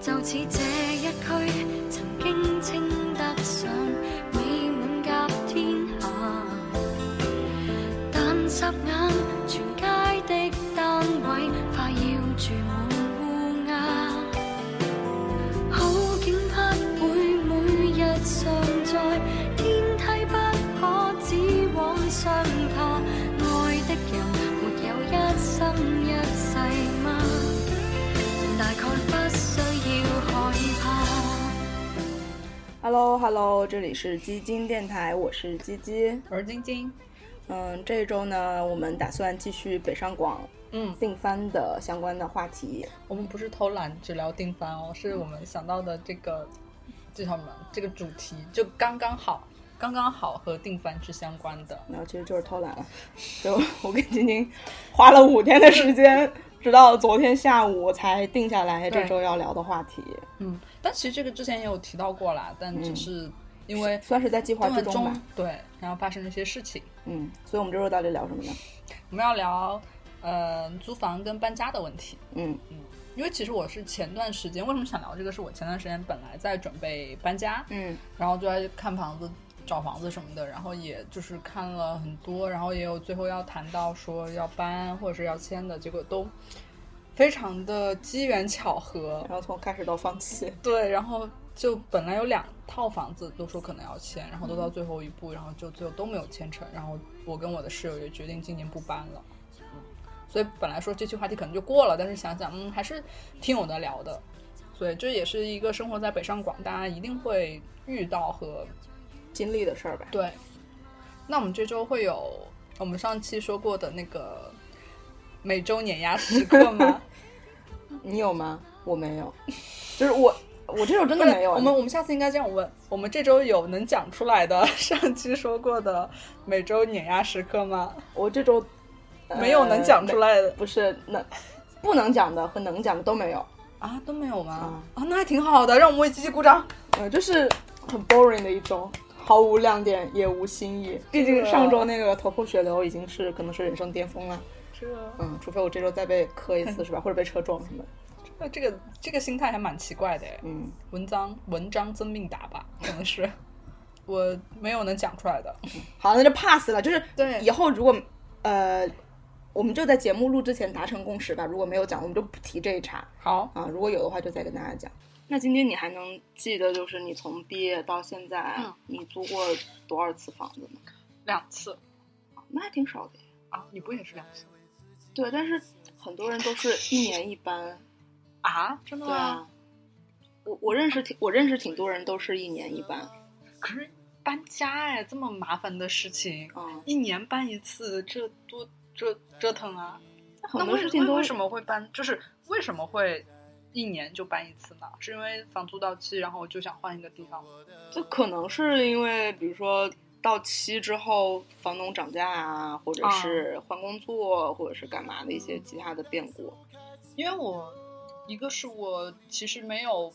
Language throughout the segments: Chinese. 就似這一區曾經稱得上美滿甲天下，但霎眼全街的單位快要住滿烏鴉，好景不會每日常在，天梯不可只往上爬，愛的人沒有一生一世嗎？大概不需要害怕。 Hello Hello，这里是基金电台，我是基基。我是晶晶。嗯，这一周呢，我们打算继续北上广嗯，定番的相关的话题。我们不是偷懒只聊定番嗯哦，是我们想到的这个这叫什么？这个主题就刚刚好，刚刚好和定番是相关的。然后其实就是偷 懒了，所以我我跟晶晶花了五天的时间，直到昨天下午才定下来这对周要聊的话题，嗯，但其实这个之前也有提到过啦，但只是因为算嗯是在计划动之乱中吧中。对，然后发生了一些事情，嗯，所以我们这周到底聊什么呢？我们要聊呃租房跟搬家的问题。嗯因为其实我是前段时间为什么想聊这个，是我前段时间本来在准备搬家，嗯然后就在看房子、找房子什么的，然后也就是看了很多，然后也有最后要谈到说要搬或者是要签的，结果都非常的机缘巧合然。后从开始到放弃，对，然后就本来有两套房子都说可能要签，然后都到最后一步，然后就最后都没有签成。然后我跟我的室友也决定今年不搬了。嗯，所以本来说这期话题可能就过了，但是想想，嗯，还是挺有的聊的。所以这也是一个生活在北上广，大家一定会遇到和经历的事儿吧。对，那我们这周会有我们上期说过的那个每周碾压时刻 吗？你有吗？我没有， 就是我我这周真的没有。我们我们下次应该这样问：我们这周有能讲出来的 上期说过的每周碾压时刻吗？我这周、呃没有能讲出，来的没不是能不能讲的和能讲的都没有，啊，都没有吗？嗯啊，那还挺好的，让我们为吉吉鼓掌。呃，就是很 boring 的一周，毫无亮点，也无新意。毕竟啊上周那个头破血流已经是可能是人生巅峰了，这嗯，除非我这周再被磕一次是吧，或者被车撞什么的，那这个这个心态还蛮奇怪的哎。嗯文章文章真命达吧，可能是 我没有能讲出来的。好，那就 pass 了。就是对以后如果呃，我们就在节目录之前达成共识吧。如果没有讲，我们就不提这一茬好，啊。如果有的话，就再跟大家讲。那今天你还能记得，就是你从毕业到现在，嗯你租过多少次房子吗？两次那还挺少的耶。啊，你不也是两次？对，但是很多人都是一年一搬。啊，真的对啊，我我认识挺我认识挺多人都是一年一搬。可是搬家哎，这么麻烦的事情，嗯，一年搬一次，这多这折腾啊！很那多为事情为都为什么会搬？就是为什么会一年就搬一次呢？是因为房租到期，然后我就想换一个地方吗？这可能是因为，比如说到期之后，房东涨价啊，或者是换工作，或者是干嘛的一嗯些其他的变故。因为我一个是我其实没有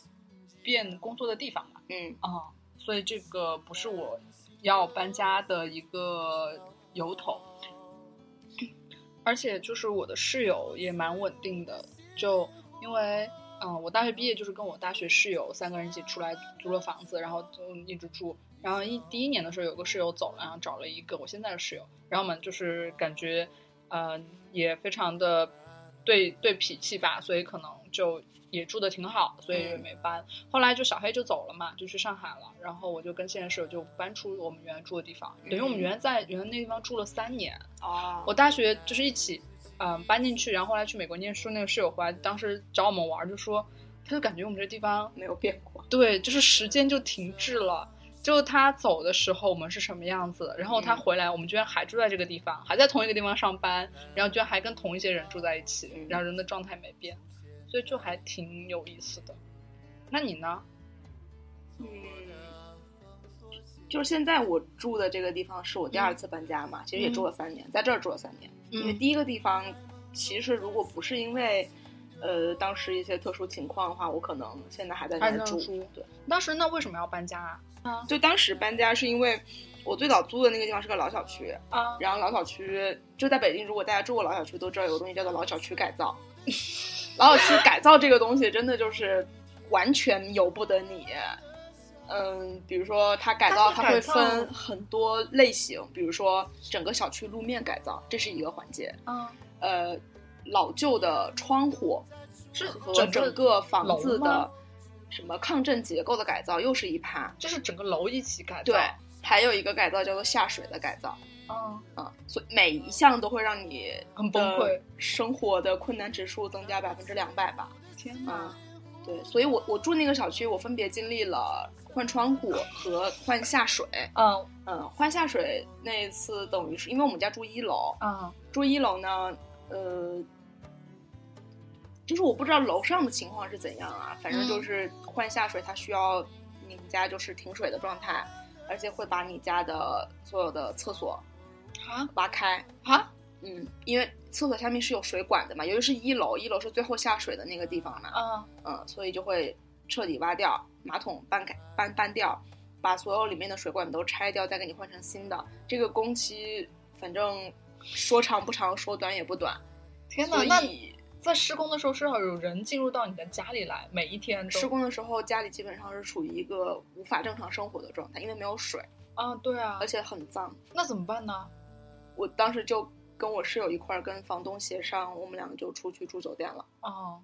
变工作的地方嘛，嗯啊、所以这个不是我要搬家的一个由头。而且就是我的室友也蛮稳定的，就因为嗯、我大学毕业就是跟我大学室友三个人一起出来租了房子，然后就一直住。然后一第一年的时候，有个室友走了，然后找了一个我现在的室友，然后我们就是感觉，呃，也非常的对对脾气吧，所以可能就也住的挺好，所以也没搬。后来就小黑就走了嘛，就去上海了。然后我就跟现任室友就搬出我们原来住的地方，等于嗯我们原来在原来那地方住了三年。啊我大学就是一起，嗯、搬进去，然后后来去美国念书，那个室友回来，当时找我们玩儿就说，他就感觉我们这地方没有变过。对，就是时间就停滞了。就他走的时候，我们是什么样子，然后他嗯回来，我们居然还住在这个地方，还在同一个地方上班，然后居然还跟同一些人住在一起嗯，然后人的状态没变，所以就还挺有意思的。那你呢？嗯，就是现在我住的这个地方是我第二次搬家嘛，其实也住了三年，在这儿住了三年。因为嗯第一个地方，其实如果不是因为，呃，当时一些特殊情况的话，我可能现在还在那还儿在住。住对，当时那为什么要搬家啊？啊就当时搬家是因为我最早租的那个地方是个老小区，啊！然后老小区就在北京，如果大家住过老小区都知道有个东西叫做老小区改造。老小区改造这个东西真的就是完全由不得你。嗯，比如说它改造，它它会改会造分很多类型，比如说整个小区路面改造，这是一个环节。嗯，呃，老旧的窗户是和整个房子楼吗的什么抗震结构的改造又是一趴。就是整个楼一起改造。对，还有一个改造叫做下水的改造。嗯，嗯，所以每一项都会让你很崩的溃。生活的困难指数增加百分之两百吧。天嗯，对，所以我我住那个小区，我分别经历了换窗户和换下水。嗯嗯，换下水那一次等于是因为我们家住一楼，嗯住一楼呢，呃。就是我不知道楼上的情况是怎样啊，反正嗯就是换下水，它需要你们家就是停水的状态，而且会把你家的所有的厕所啊挖开，啊嗯，因为厕所下面是有水管的嘛，尤其是一楼，一楼是最后下水的那个地方嘛，啊！嗯，所以就会彻底挖掉马桶搬开搬搬掉，把所有里面的水管都拆掉，再给你换成新的。这个工期反正说长不长，说短也不短，天哪！所那以在施工的时候，至少有人进入到你的家里来，每一天都施工的时候家里基本上是处于一个无法正常生活的状态，因为没有水，啊，对啊而，且很脏。那怎么办呢？我当时就跟我室友一块儿跟房东协商，我们两个就出去住酒店了。哦、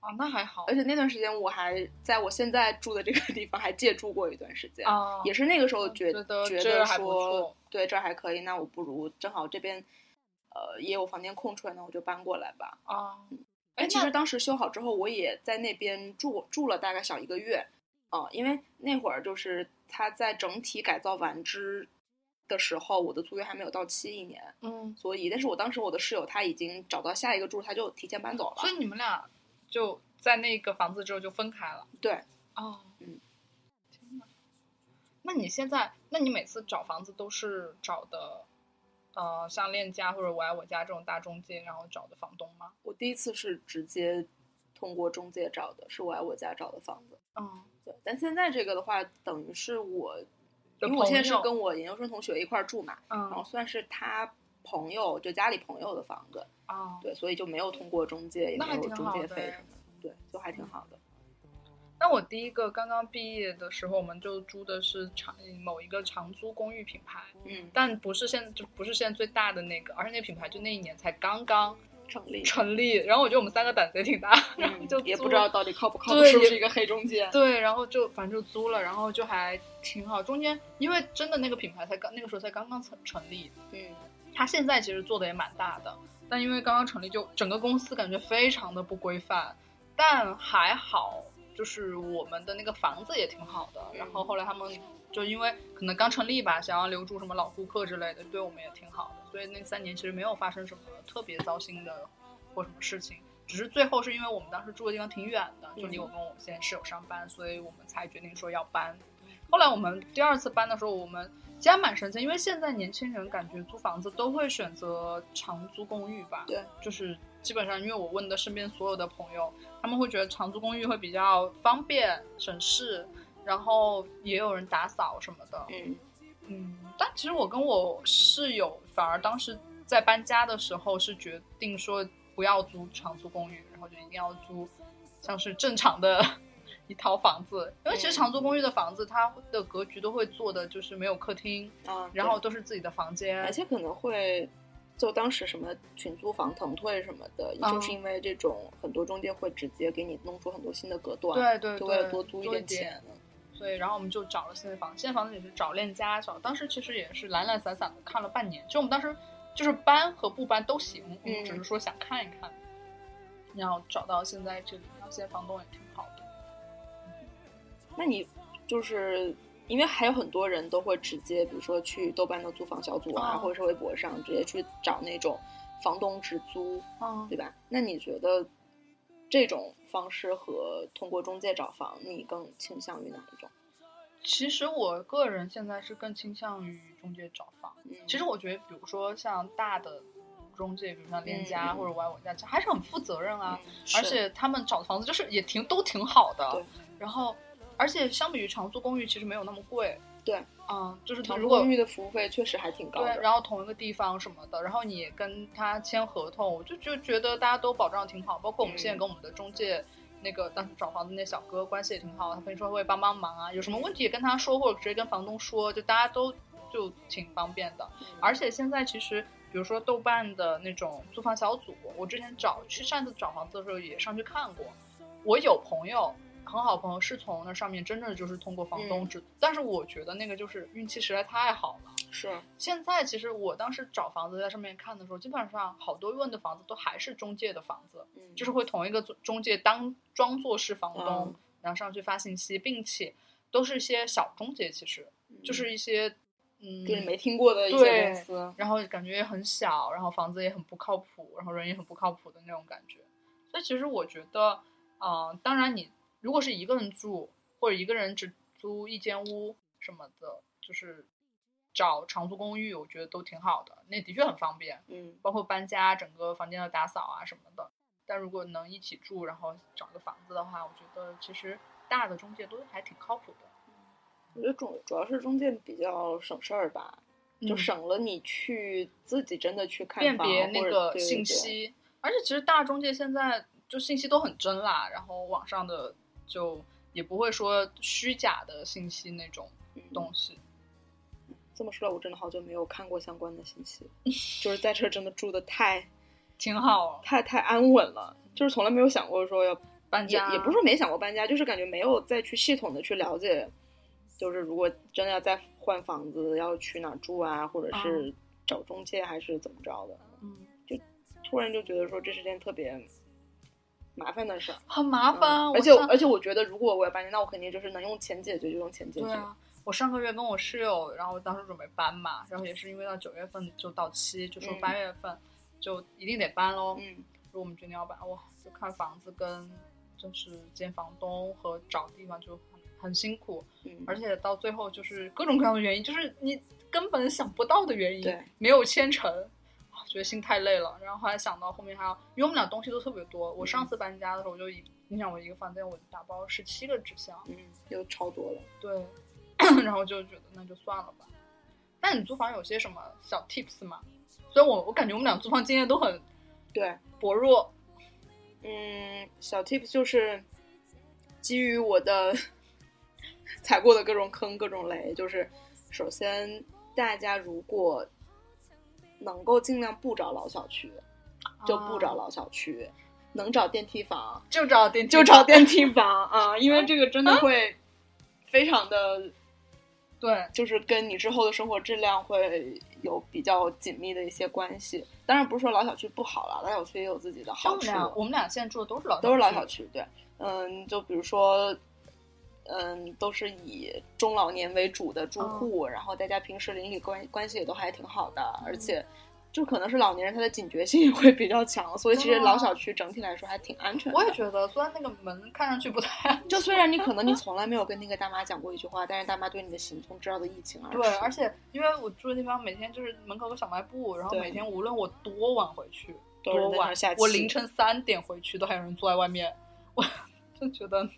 啊，那还好而且那段时间我还在我现在住的这个地方还借住过一段时间，啊，也是那个时候觉觉得觉这儿得还不说错对这儿还可以，那我不如正好这边呃也有房间空出来，那我就搬过来吧。啊，哎哎，，其实当时修好之后，我也在那边住住了大概小一个月，啊、因为那会儿就是他在整体改造完之的时候，我的租约还没有到期一年，那嗯，所以但是我当时我的室友他已经找到下一个住，他就提前搬走了，所以你们俩就在那个房子之后就分开了。对。哦，嗯，天哪！那你现在，那你每次找房子都是找的，呃，像链家或者我爱我家这种大中介，然后找的房东吗？我第一次是直接通过中介找的，是我来我家找的房子。嗯，对，但现在这个的话，等于是我，的因为我现在是朋友跟我研究生同学一块儿住嘛，然后嗯，算是他朋友，就家里朋友的房子，哦，对，所以就没有通过中介，也那没还有挺中好介的费哎什么的，对，就还挺好的。那我第一个刚刚毕业的时候，我们就租的是长某一个长租公寓品牌，嗯，但不是现就不是现在最大的那个，而且那品牌就那一年才刚刚成立，成立。然后我觉得我们三个胆子也挺大，然后嗯就也租不知道到底靠不靠谱，对是不也是一个黑中介？对，然后就反正就租了，然后就还挺好。中间因为真的那个品牌才刚那个时候才刚刚成成立，嗯，它现在其实做的也蛮大的，但因为刚刚成立就，整个公司感觉非常的不规范，但还好，就是我们的那个房子也挺好的。然后后来他们就因为可能刚成立吧，想要留住什么老顾客之类的，对我们也挺好的。所以那三年其实没有发生什么特别糟心的或什么事情，只是最后是因为我们当时住的地方挺远的，就离我跟我现在室友上班，所以我们才决定说要搬。后来我们第二次搬的时候，我们其实还蛮神奇，因为现在年轻人感觉租房子都会选择长租公寓吧，对，就是基本上因为我问的身边所有的朋友，他们会觉得长租公寓会比较方便省事，然后也有人打扫什么的，嗯，嗯，但其实我跟我室友反而当时在搬家的时候是决定说不要租长租公寓，然后就一定要租像是正常的一套房子，因为其实长租公寓的房子它的格局都会做的就是没有客厅，啊，嗯然后都是自己的房对，而间，且可能会。就当时什么群租房腾退什么的，嗯就是因为这种很多中介会直接给你弄出很多新的隔断，对对就为了对，多租一点钱。所以然后我们就找了新的房，新的房子也是找链家找，当时其实也是懒懒散散的看了半年，就我们当时就是搬和不搬都行，我们只嗯是说想看一看，然后找到现在这里，然后现在房东也挺好的，那你就是因为还有很多人都会直接，比如说去豆瓣的租房小组啊，哦或者是微博上直接去找那种房东直租，嗯对吧？那你觉得这种方式和通过中介找房，你更倾向于哪一种？其实我个人现在是更倾向于中介找房。嗯其实我觉得，比如说像大的中介，比如像链家嗯嗯或者 Y 我家，其实还是很负责任啊。嗯是而且他们找的房子就是也挺都挺好的对。然后，而且相比于长租公寓，其实没有那么贵。对，嗯，就是长如租果公寓的服务费确实还挺高对，的。然后同一个地方什么的，然后你跟他签合同，我就就觉得大家都保障挺好，包括我们现在嗯跟我们的中介。那个当时找房子那小哥关系也挺好，他平时会帮帮忙啊，有什么问题也跟他说，或者直接跟房东说，就大家都就挺方便的。嗯而且现在其实，比如说豆瓣的那种租房小组，我之前找去擅自找房子的时候也上去看过。我有朋友，很好朋友是从那上面真正就是通过房东嗯知，但是我觉得那个就是运气实在太好了。是，现在其实我当时找房子在上面看的时候，基本上好多问的房子都还是中介的房子，嗯就是会同一个中中介当装作是房东嗯，然后上去发信息，并且都是一些小中介，其实就是一些嗯，就是没听过的一些对公司。然后感觉也很小，然后房子也很不靠谱，然后人也很不靠谱的那种感觉。所以其实我觉得，嗯、当然你如果是一个人住，或者一个人只租一间屋什么的，就是找长租公寓，我觉得都挺好的，那的确很方便，嗯，包括搬家、整个房间的打扫啊什么的。但如果能一起住，然后找个房子的话，我觉得其实大的中介都还挺靠谱的，我觉得主主要是中介比较省事儿吧，就嗯省了你去自己真的去看辨房别或那者个对信对息。而且其实大中介现在就信息都很真啦，然后网上的就也不会说虚假的信息那种嗯东西。这么说来，我真的好久没有看过相关的信 息，就是在这儿真的住的太挺好，太太安稳了，就是从来没有想过说要搬也家也不是说没想过搬家，就是感觉没有再去系统的去了解，就是如果真的要再换房子，要去哪儿住啊，或者是找中介还是怎么着的，嗯，突然就觉得说这是件特别麻烦的事儿。很麻烦啊。嗯我而且上而且我觉得，如果我要搬家，那我肯定就是能用钱解决就用钱解决。对啊，我上个月跟我室友，然后当时准备搬嘛，然后也是因为到九月份就到期，就说嗯八月份就一定得搬喽。嗯如果我们决定要搬，哇，就看房子跟就是见房东和找地方就很很辛苦。嗯，而且到最后就是各种各样的原因，就是你根本想不到的原因，对没有签成，啊觉得心太累了。然后后来想到后面还要，因为我们俩东西都特别多，我上次搬家的时候我就一，你想我一个房间我打包十七个纸箱，嗯，又超多了。对， 然后就觉得那就算了吧。但你租房有些什么小 tips 吗？所以我我感觉我们俩租房经验都很对，薄弱，嗯，小 tips 就是基于我的 踩过的各种坑、各种雷，就是首先大家如果能够尽量不找老小区，就不找啊，老小区，能找电梯房就找电梯就找电梯房 啊，因为这个真的会非常的，对，就是跟你之后的生活质量会有比较紧密的一些关系。当然不是说老小区不好啦，老小区也有自己的就我好们处。俩我们俩现在住的都是老都是老小小区，区，对，嗯，就比如说，嗯，都是以中老年为主的哦住户，然后大家平时邻里关关系也都还挺好的，而嗯且就可能是老年人他的警觉性也会比较强，所以其实真的吗老小区整体来说还挺安全的。哦我也觉得，虽然那个门看上去不太就虽然你可能你从来没有跟那个大妈讲过一句话，但是大妈对你的行踪知道的啊一清二楚。对，而且因为我住的地方每天就是门口有个小卖部，然后对每天无论我多晚回去，都有多人在那晚儿下，棋我凌晨三点回去都还有人坐在外面，我 就觉得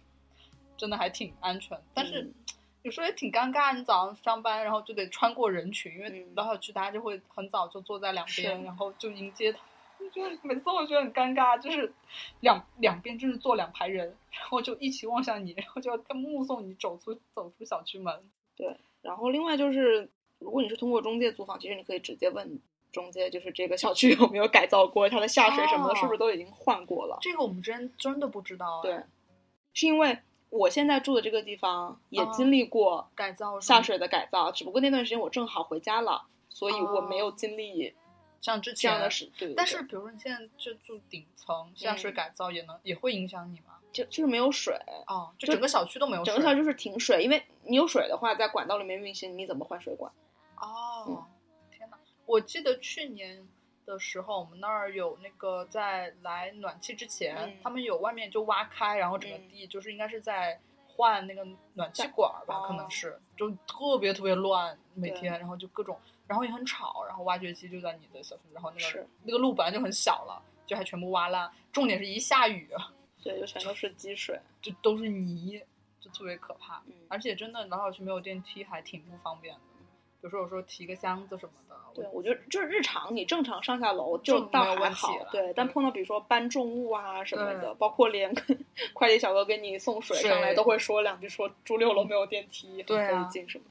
真的还挺安全，但是。嗯有时候也挺尴尬，你早上上班，然后就得穿过人群，因为嗯老小区大家就会很早就坐在两边，是然后就迎接他。就觉得每次我觉得很尴尬，就是两两边就是坐两排人，然后就一起望向你，然后就要目送你走出走出小区门。然后另外就是，如果你是通过中介租房，其实你可以直接问中介，就是这个小区 有没有改造过，它的下水什么的，是不哦是都已经换过了？这个我们真真的不知道、哎，对，是因为我现在住的这个地方也哦经历过改造什么下水的改造，只不过那段时间我正好回家了，所以我没有经历像之这前样的。事。对对哦但对是，比如说你现在就住顶层，下水嗯改造也能、也会影响你吗？就就是没有水，哦，就就整个小区都没有整个小区就是停水，因为你有水的话，在管道里面运行，你怎么换水管？哦，天哪！我记得去年的时候，我们那儿有那个在来暖气之前，嗯他们有外面就挖开，然后整个嗯地就是应该是在换那个暖气管儿吧，哦可能是就特别特别乱，每对天然后就各种，然后也很吵，然后挖掘机就在你的小区，然后那个是那个路本来就很小了，就还全部挖烂，重点是一下雨对，就全都是积水。就都是泥，就特别可怕。嗯而且真的老小区没有电梯，还挺不方便的。比如说有时候提个箱子什么的，我对，我觉得就是日常你正常上下楼就就倒没有还问题好了，对。但对碰到比如说搬重物啊什么的对，包括连 快递小哥给你送水上来水都会说两句，说住六楼没有电梯，对很啊费劲什么的。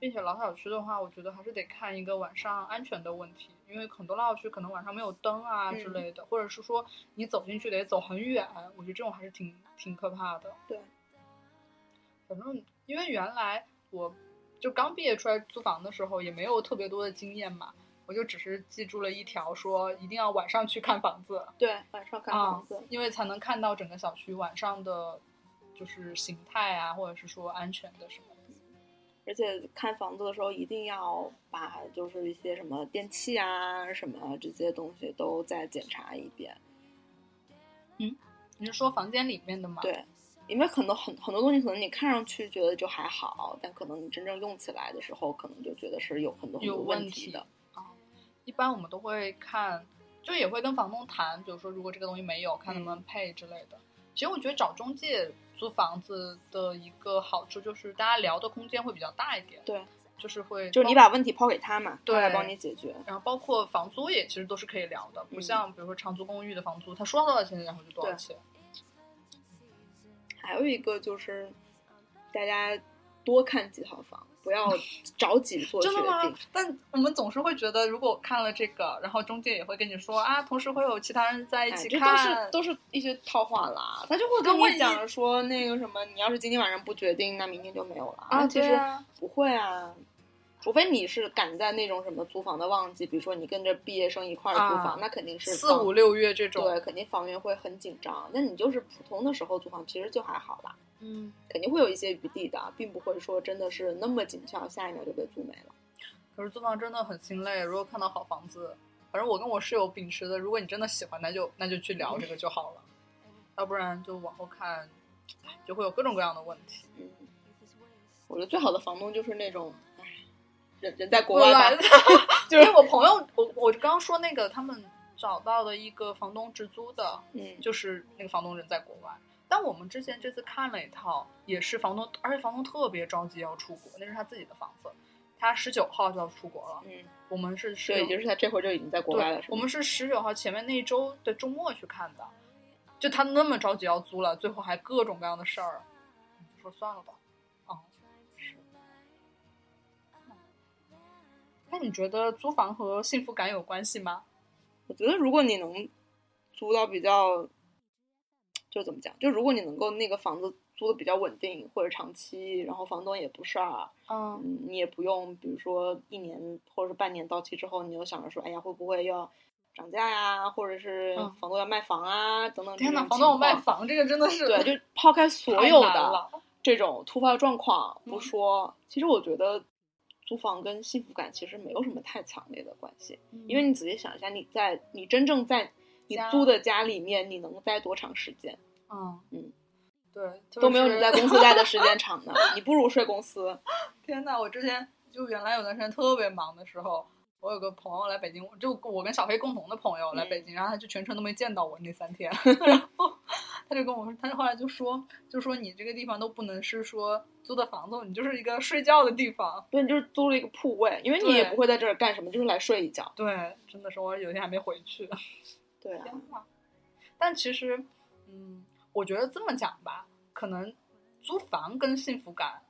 并且老小区的话，我觉得还是得看一个晚上安全的问题，因为很多老小区可能晚上没有灯啊之嗯类的，或者是说你走进去得走很远，我觉得这种还是挺挺可怕的。对，反正因为原来我就刚毕业出来租房的时候，也没有特别多的经验嘛，我就只是记住了一条说一定要晚上去看房子，对，晚上看啊房子，因为才能看到整个小区晚上的，就是形态啊，或者是说安全的什么的。而且看房子的时候一定要把就是一些什么电器啊什么这些东西都再检查一遍，你是说房间里面的吗？对。因为很多很很多东西，可能你看上去觉得就还好，但可能你真正用起来的时候，可能就觉得是有很多很有多问题题的。啊，一般我们都会看，就也会跟房东谈，比如说如果这个东西没有，看能嗯不能配之类的。其实我觉得找中介租房子的一个好处就是大家聊的空间会比较大一点，对，就是会就是你把问题抛给他嘛，他来对帮你解决。然后包括房租也其实都是可以聊的，不嗯像比如说长租公寓的房租，他说多少钱然后就多少对钱，还有一个就是，大家多看几套房，不要着急 做决真的定吗。？但我们总是会觉得，如果看了这个，然后中介也会跟你说啊，同时会有其他人在一哎起这看，都是都是一些套话啦，他就会跟跟我你一讲说那个什么，你要是今天晚上不决定，那明天就没有了啊其对实啊不会啊，除非你是赶在那种什么租房的旺季，比如说你跟着毕业生一块儿租啊房，那肯定是四房五六月这种，对，肯定房源会很紧张。那你就是普通的时候租房，其实就还好啦。嗯，肯定会有一些余地的，啊并不会说真的是那么紧俏，下一秒就被租没了。可是租房真的很心累。如果看到好房子，反正我跟我室友秉持的，如果你真的喜欢，那就那就去聊这个就好了，要不然就往后看，哎就会有各种各样的问题。嗯，我觉得最好的房东就是那种，唉，人人在国外吧来 的，，就是因为我朋友，我我刚刚说那个他们找到的一个房东直租的，嗯，就是那个房东人在国外。但我们之前这次看了一套，也是房东，而且房东特别着急要出国，那是他自己的房子，他十九号就要出国了。嗯，我们是十对，就是他这会儿就已经在国外了，对是，我吗？们是十九号前面那一周的周末去看的，就他那么着急要租了，最后还各种各样的事儿，就说算了吧。哦，是。那你觉得租房和幸福感有关系吗？我觉得如果你能租到比较，就怎么讲，就如果你能够那个房子租的比较稳定或者长期，然后房东也不事儿，嗯，嗯，你也不用，比如说一年或者是半年到期之后，你又想着说，哎呀，会不会要涨价呀、或者是嗯房东要卖房啊，等等。天哪，房东有卖，房，这个真的是对， 就抛开所有太难的了这种突发状况不嗯说，其实我觉得租房跟幸福感其实没有什么太强烈的关系，因为你仔细想一下，你在你真正在你嗯家租的家里面，你能待多长时间？嗯嗯对都没有你在公。公司待的时间 长呢，你不如睡公司。天呐，我之前就原来有段时间特别忙的时候，我有个朋友来北京，就我跟小黑共同的朋友来北嗯京，然后他就全程都没见到我那 三天，然后他就跟我说，他就后来就说，就说你这个地方都不能是说租的房子，你就是一个睡觉的地方。对，你就是租了一个铺位，因为你也对不会在这儿干什么，就是来睡一觉。对，真的是我有一天还没回去。对啊，天呐！ 但其实，嗯，我觉得这么讲吧，可能租房跟幸福感，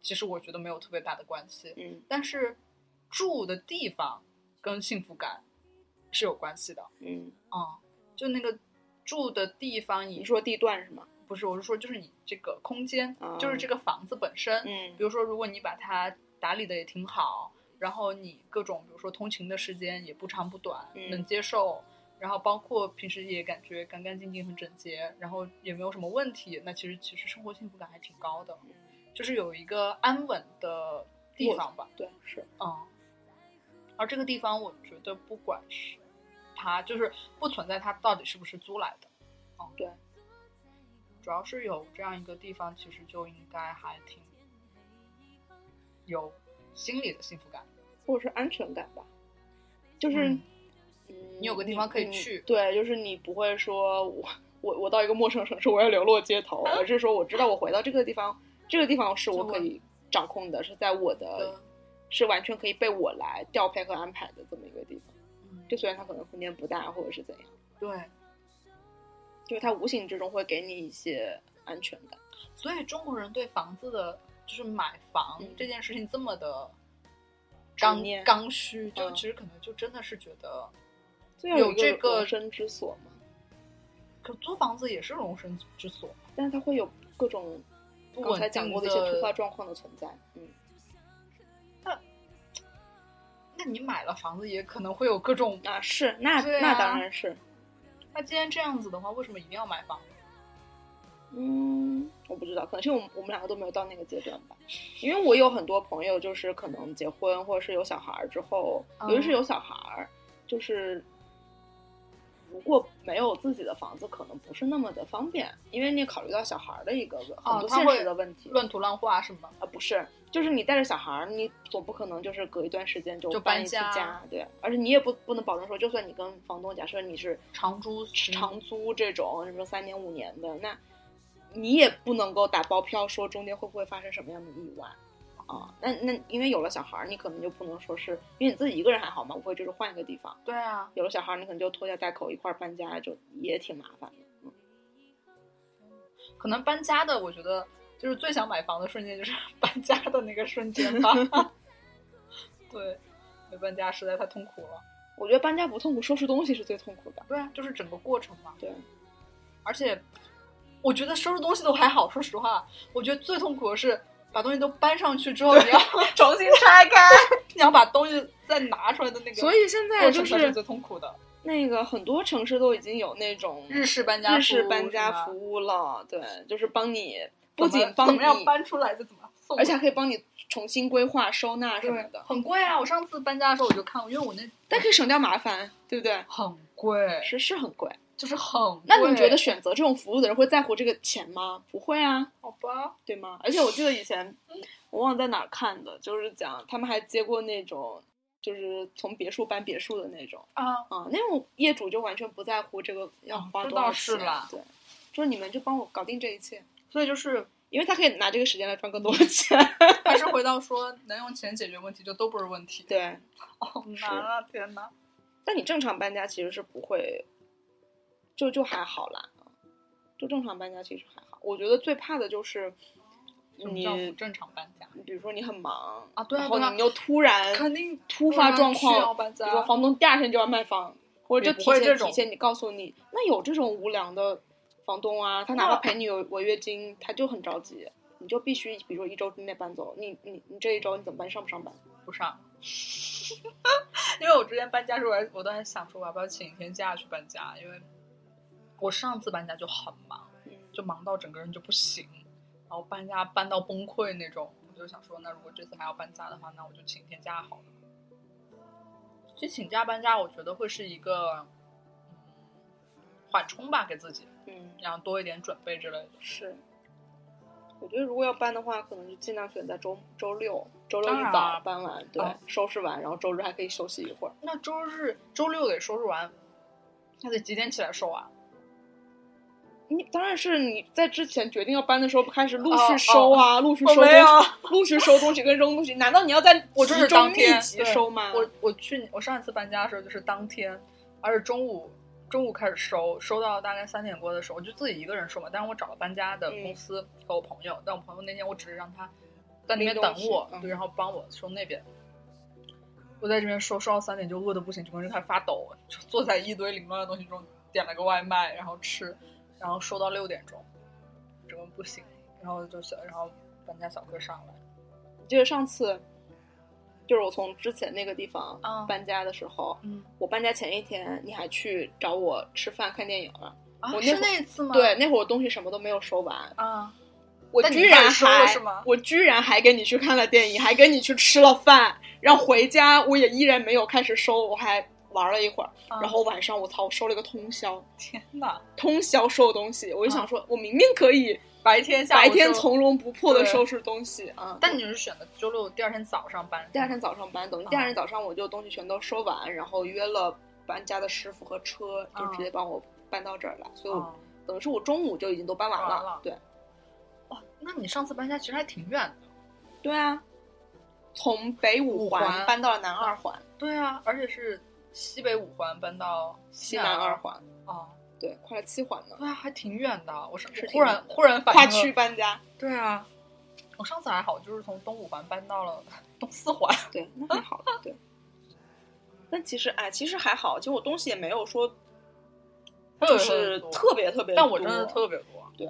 其实我觉得没有特别大的关系。嗯但是住的地方跟幸福感是有关系的嗯，啊、就那个住的地方你也说地段是吗？不是，我是说就是你这个空间，啊就是这个房子本身。嗯比如说，如果你把它打理的也挺好，然后你各种比如说通勤的时间也不长不短，嗯能接受。然后包括平时也感觉干干净净、很整洁，然后也没有什么问题，那其实其实生活幸福感还挺高的，就是有一个安稳的地嗯我方吧。对，是嗯，而这个地方，我觉得不管是它，就是不存在它到底是不是租来的。嗯，对，主要是有这样一个地方，其实就应该还挺有心理的幸福感。或者是安全感吧，就是、嗯嗯你有个地方可以去嗯对，就是你不会说我我我到一个陌生城市我要流落街头，而是说我知道我回到这个地方，这个地方是我可以掌控的，是在我的是完全可以被我来调配和安排的这么一个地方。嗯，就虽然它可能空间不大，或者是怎样，对，就是它无形之中会给你一些安全感。所以中国人对房子的，就是买房、嗯这件事情这么 的执刚念刚需，就嗯其实可能就真的是觉得，这样有一这个个容身之所嘛，可租房子也是容身之所，但是它会有各种不刚稳才讲定过的一些突发状况的存在。嗯，那你买了房子也可能会有各种。啊是，那、对啊那当然是。那既然这样子的话，为什么一定要买房？嗯，我不知道，可能是我们我们两个都没有到那个阶段吧。因为我有很多朋友，就是可能结婚或者是有小孩儿之后，嗯尤其是有小孩儿，就是如果没有自己的房子，可能不是那么的方便，因为你考虑到小孩儿的一个问哦很多他现会实的问题。乱涂乱画是吗？啊，不是，就是你带着小孩儿，你总不可能就是隔一段时间就就搬搬一次家啊对，而且你也不不能保证说，就算你跟房东，假设你是长租十长租这种什么三年五年的，那你也不能够打包票说中间会不会发生什么样的意外啊？那那因为有了小孩儿，你可能就不能说是因为你自己一个人还好嘛，无非就是换一个地方。对啊，有了小孩儿，你可能就拖家带口一块儿搬家，就也挺麻烦的。嗯可能搬家的，我觉得就是最想买房的瞬间，就是 搬家的那个瞬间吧。 对，没搬家实在太痛苦了。我觉得搬家不痛苦，收拾东西是最痛苦的。 对啊，就是整个过程嘛。对，而且我觉得收拾东西都还好，说实话，我觉得最痛苦的是把东西都搬上去之后，你要 重新拆开，你要把东西再拿出来的那个，所以现在过就程才是是最痛苦的。那个很多城市都已经有那种日式搬家日式服务搬是家吧服务了，对，就是帮你不不仅仅帮怎么样你搬出来就怎么送，而且还可以帮你重新规划、收纳什么对的，很贵啊！我上次搬家的时候我就看过，因为我那但可以省掉麻烦，对不对？很贵，是是很贵。就是很贵。那你觉得选择这种服务的人会在乎这个钱吗？不会啊，好吧？对吗？而且我记得以前我忘了在哪儿看的，就是讲他们还接过那种就是从别墅搬别墅的那种啊，啊、那种业主就完全不在乎这个要哦花这多少倒钱，是啦对，说你们就帮我搞定这一切，所 以就是因为他可以拿这个时间来赚更多的钱。 还是回到说，能用钱解决问题就都不是问题。对，好难啊！天哪！但你正常搬家其实是不会，就就还好啦，就正常搬家其实还好。我觉得最怕的就是什么你叫，不正常搬家？比如说你很忙啊对啊然后对啊你又突然，肯定突发状况需要搬比家如。说房东第二天就要卖房，或者也就不提会前这种提前你告诉你，那有这种无良的房东啊，他哪怕那赔你有违约金，他就很着急。你就必须，比如说一周之内搬走，你你你这一周你怎么办？上不上班？不上。因为我之前搬家的时候，我还我都还想说我要不要请一天假去搬家，因为我上次搬家就很忙，嗯，就忙到整个人就不行，然后搬家搬到崩溃那种。我就想说，那如果这次还要搬家的话，那我就请一天假好了。其实请假搬家，我觉得会是一个嗯缓冲吧，给自己，嗯然后多一点准备之类的。是，我觉得如果要搬的话，可能就尽量选在周周六，周六当一然早啊搬完，对，啊收拾完，然后周日还可以休息一会儿。那周日、周六得收拾完，那得几点起来收啊？你当然是你在之前决定要搬的时候，开始陆哦续哦收啊，陆续我收东没有西，陆续收东西跟扔东西。难道你要在我集就是中当密天集对收吗？我我去我上一次搬家的时候就是当天，而且中午中午开始收，收到大概三点多的时候，我就自己一个人收嘛。但是我找了搬家的公司和我朋友，但我朋友那天我只是让他在那边拎等东西我，嗯对，然后帮我收那边。我在这边收，收到三点就饿的不行，整个人就开始发抖，就坐在一堆凌乱的东西中点了个外卖，然后吃，然后收到六点钟，整个人不行，然后就小，然后搬家小哥上来，我记得上次，就是我从之前那个地方啊搬家的时候，嗯，我搬家前一天你还去找我吃饭看电影了。啊我那是会那次吗？对，那会儿我东西什么都没有收完，啊，我但你居不然是说了还是吗我居然还跟你去看了电影，还跟你去吃了饭，然后回家我也依然没有开始收，我还我玩了一会儿，嗯然后晚上我操，我收了一个通宵，天哪，通宵收东西，我就嗯想说，我明明可以白天下午白天就从容不迫的对收拾东西啊，但你是选的周六第二天早上班，第二天早上班，等于第二天早上我就东西全都收完，然后约了搬家的师傅和车，就嗯直接帮我搬到这儿来，所以我哦等于是我中午就已经都搬完搬完了了，对。哇，那你上次搬家其实还挺远的。对啊，从北五五环环搬到了南二环、对啊，而且是西北五环搬到西南二环，哦，对，快了七环 呢。对啊，还挺远的。我上是我挺忽然远的忽然反应跨了区，搬家，对啊，我上次还好，就是从东五环搬到了 东四环。对，那还好， 对。但其实，哎，其实还好，其实我东西也没有说 就是特别特别多，但我真的特别多。对。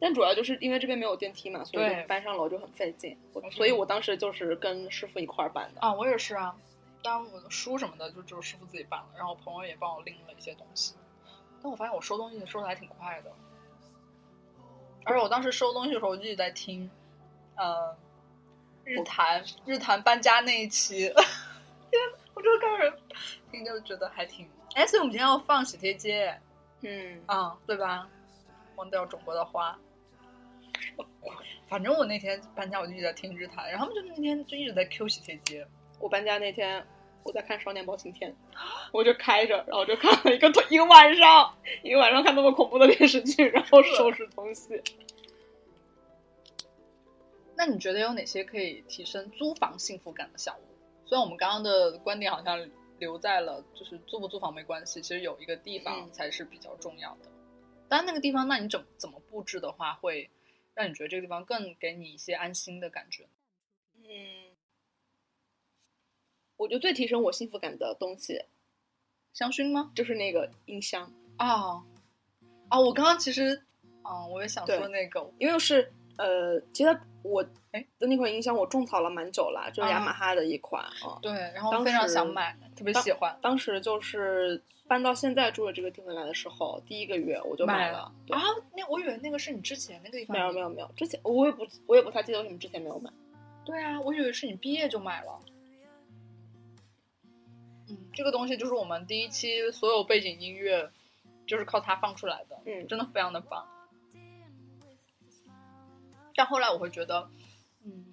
但主要就是因为这边没有电梯嘛，所以对就搬上楼就很费劲。我所以，我当时就是跟师傅一块儿搬的。啊，我也是啊。当然，我的书什么的就只有师傅自己办了，然后朋友也帮我拎了一些东西。但我发现我收东西收的还挺快的，而且我当时收东西的时候，我就一直在听，呃，日坛日坛搬家那一期， 天，我就开始听，就觉得还挺……哎，所以我们今天要放喜帖街嗯，啊、对吧？忘掉中国的花。 反正我那天搬家，我就一直在听日坛，然后他们就那天就一直在 Q 喜帖街，我搬家那天，我在看《少年包青天》，我就开着，然后就看了一个 一个晚上，一个晚上看那么恐怖的电视剧，然后收拾东西。那你觉得有哪些可以提升租房幸福感的小屋？虽然我们刚刚的观点好像留在了，就是租不租房没关系，其实有一个地方嗯才是比较重要的。但那个地方，那你怎么怎么布置的话，会让你觉得这个地方更给你一些安心的感觉？嗯，我觉得最提升我幸福感的东西香薰吗？就是那个音箱，哦，哦，我刚刚其实，嗯，我也想说对那个，因为是呃，其实我哎的那款音箱我种草了蛮久了，就是啊雅马哈的一款啊。对，然后当非常时想买，特别当喜欢当时就是搬到现在住的这个地方来的时候，第一个月我就买了了。对啊。那我以为那个是你之前那个地方，没有没有没有，之前我也不我也不太记得为什么之前没有买。对啊，我以为是你毕业就买了。嗯，这个东西就是我们第一期所有背景音乐，就是靠它放出来的，嗯真的非常的棒。但后来我会觉得，嗯，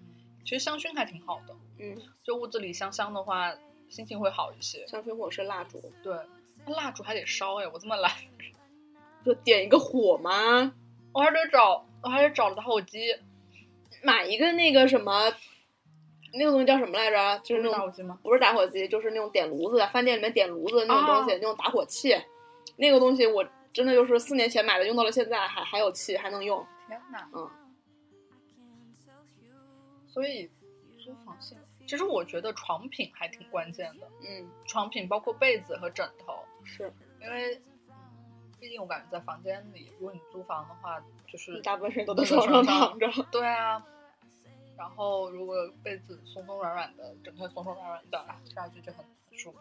其实香薰还挺好的，嗯，就屋子里香香的话，心情会好一些。香薰火是蜡烛，对，那蜡烛还得烧哎，我这么懒，就点一个火嘛，我还得找，我还得找打火机，买一个那个什么，那个东西叫什么来着？就是那打种火机吗？不是打火机，就是那种点炉子的，饭店里面点炉子的那种啊东西，那种打火器，那个东西我真的就是四年前买的，用到了现在还还有气，还能用。天哪！嗯，嗯所以租房性，其实我觉得床品还挺关键的，嗯，床品包括被子和枕头，是，因为毕竟我感觉在房间里，如果你租房的话，就是大部分嗯人都在床上躺着。对啊。然后如果被子松松软软的，枕头松松软软的，啊睡下去就很舒服。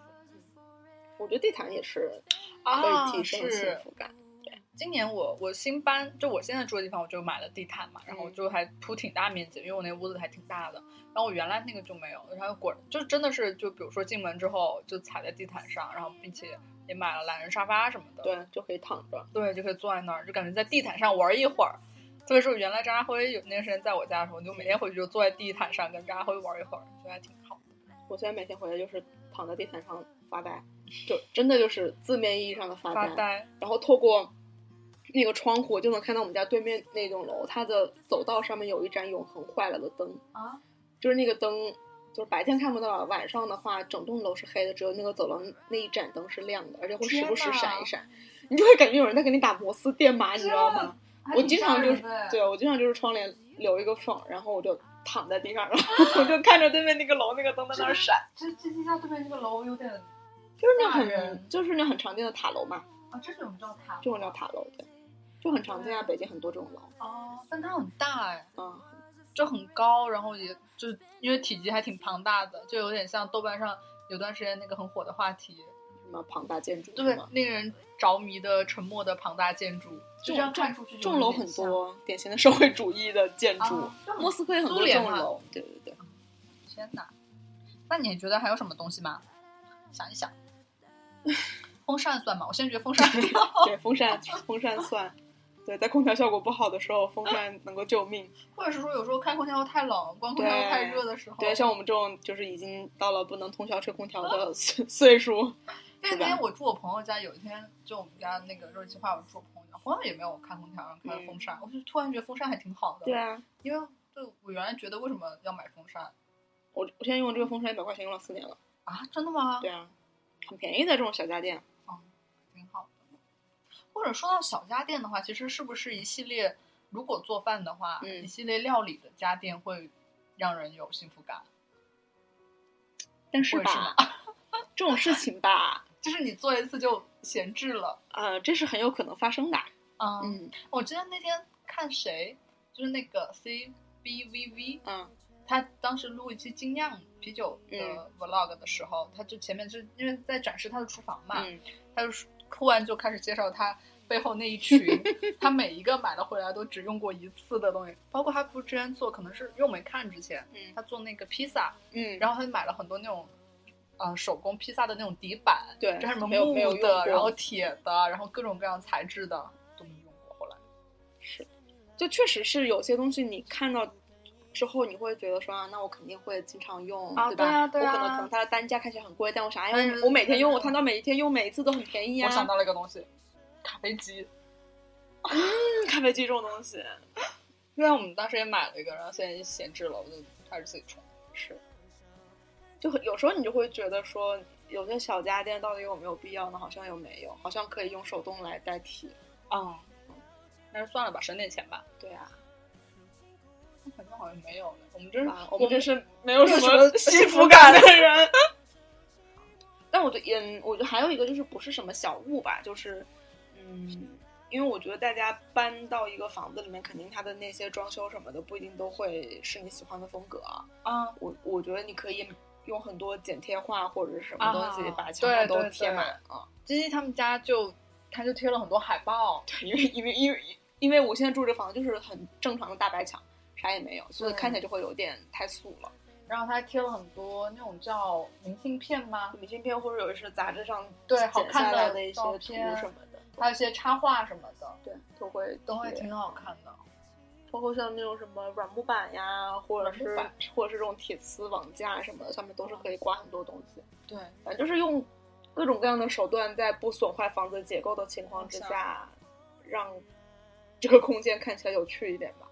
我觉得地毯也是可啊以提升幸是福感。今年我我新搬，就我现在住的地方，我就买了地毯嘛，然嗯后我就还铺挺大面积，因为我那屋子还挺大的。然后我原来那个就没有，然后果就真的是就比如说进门之后就踩在地毯上，然后并且也买了懒人沙发什么的，对，就可以躺着。对，就可以坐在那儿，就感觉在地毯上玩一会儿。特别是我原来张家辉有那段时间在我家的时候，我就每天回去就坐在地毯上跟张家辉玩一会儿，觉得还挺好的。我现在每天回来就是躺在地毯上发呆，就真的就是字面意义上的发发呆，然后透过那个窗户就能看到我们家对面那栋楼，它的走道上面有一盏永恒坏了的灯啊，就是那个灯，就是白天看不到，晚上的话整栋楼是黑的，只有那个走廊那一盏灯是亮的，而且会时不时天哪啊闪一闪，你就会感觉有人在给你打摩斯电码，你知道吗？我经常就是对我经常就是窗帘留一个缝，然后我就躺在地上，然后我就看着对面那个楼那个灯在那儿闪，这这地下对面这个楼有点就是那吓人很就是那很常见的塔楼嘛，啊，这种叫塔这种叫塔楼，对，就很常见啊，北京很多这种楼，哦，但它很大哎。嗯。就很高，然后也就是因为体积还挺庞大的，就有点像豆瓣上有段时间那个很火的话题，什么庞大建筑，对吗令人着迷的沉默的庞大建筑，就这样这种看出去就重有楼点很像多，典型的社会主义的建筑。啊这种莫斯科有很苏多这联种嘛楼，对对对。天哪！那你觉得还有什么东西吗？想一想，风扇算吗？我现在觉得风扇挺好对，风扇风扇算，对，在空调效果不好的时候，风扇能够救命。 或者是说有时候开空调太冷，关空调对太热的时候，对，像我们这种就是已经到了不能通宵吹空调的岁 岁数，那对吧天我住我朋友家，有一天就我们家那个热气化，我住我朋友家，朋友也没有开空调，然后开嗯风扇，我就突然觉得风扇还挺好的。对，啊，因为对我原来觉得为什么要买风扇我我现在用这个风扇一百块钱用了四年了，啊？真的吗？对啊，很便宜的这种小家电。挺好的。或者说到小家电的话，其实是不是一系列如果做饭的话，嗯一系列料理的家电会让人有幸福感？但是或者是吧， 这种事情吧， 就是你做一次就闲置了。呃，这是很有可能发生的。嗯，嗯我记得那天看谁，就是那个 C B V V，嗯他当时录一期精酿啤酒的 vlog 的时候，他就前面是因为在展示他的厨房嘛，嗯，他就说突然就开始介绍他背后那 一群，他每一个买了回来都只用过一次的东西，包括他不是之前做，可能是因为我没看之前，嗯他做那个披萨，嗯，然后他就买了很多那种。呃，手工披萨的那种底板，对就是什么没有木没有用的，过然后铁的，然后各种各样材质的都没用过。后来，就确实是有些东西你看到之后，你会觉得说啊，那我肯定会经常用，啊吧？对啊对啊我可能可能它的单价看起来很贵，但我想，哎，嗯我我每天用，对我看到每一天用，每一次都很便宜啊。我想到了一个东西，咖啡机。嗯咖啡机这种东西，对啊，我们当时也买了一个，然后现在闲置了，我就还是自己冲。是， 就很有时候你就会觉得说，有些小家电到底有没有必要呢？好像又没有，好像可以用手动来代替。啊、但是算了吧，省点钱吧。对啊，反正好像没有了。我们真是，啊我嗯我们们真是没有什没有什么么 幸福感的人。 但我觉得，嗯，我觉得还有一个就是不是什么小物吧，就是，嗯，因为我觉得大家搬到一个房子里面，肯定它的那些装修什么的不一定都会是你喜欢的风格啊。啊、我我觉得你可以用很多剪贴画或者是什么东西啊把墙上对都对贴对满啊。最近他们家就他就贴了很多海报，因为因为因为因为我现在住这房子就是很正常的大白墙，啥也没有，所以对看起来就会有点太素了。然后他还贴了很多那种叫明信片吗？明信片或者有一些杂志上对剪好看下的来的一些照图片什么的，还有一些插画什么的，对，都会都会贴挺好看的。包括像那种什么软木板呀，或者软木是板或者是这种铁丝网架什么的，上面都是可以挂很多东西。对，反正就是用各种各样的手段，在不损坏房子结构的情况之下，让这个空间看起来有趣一点吧。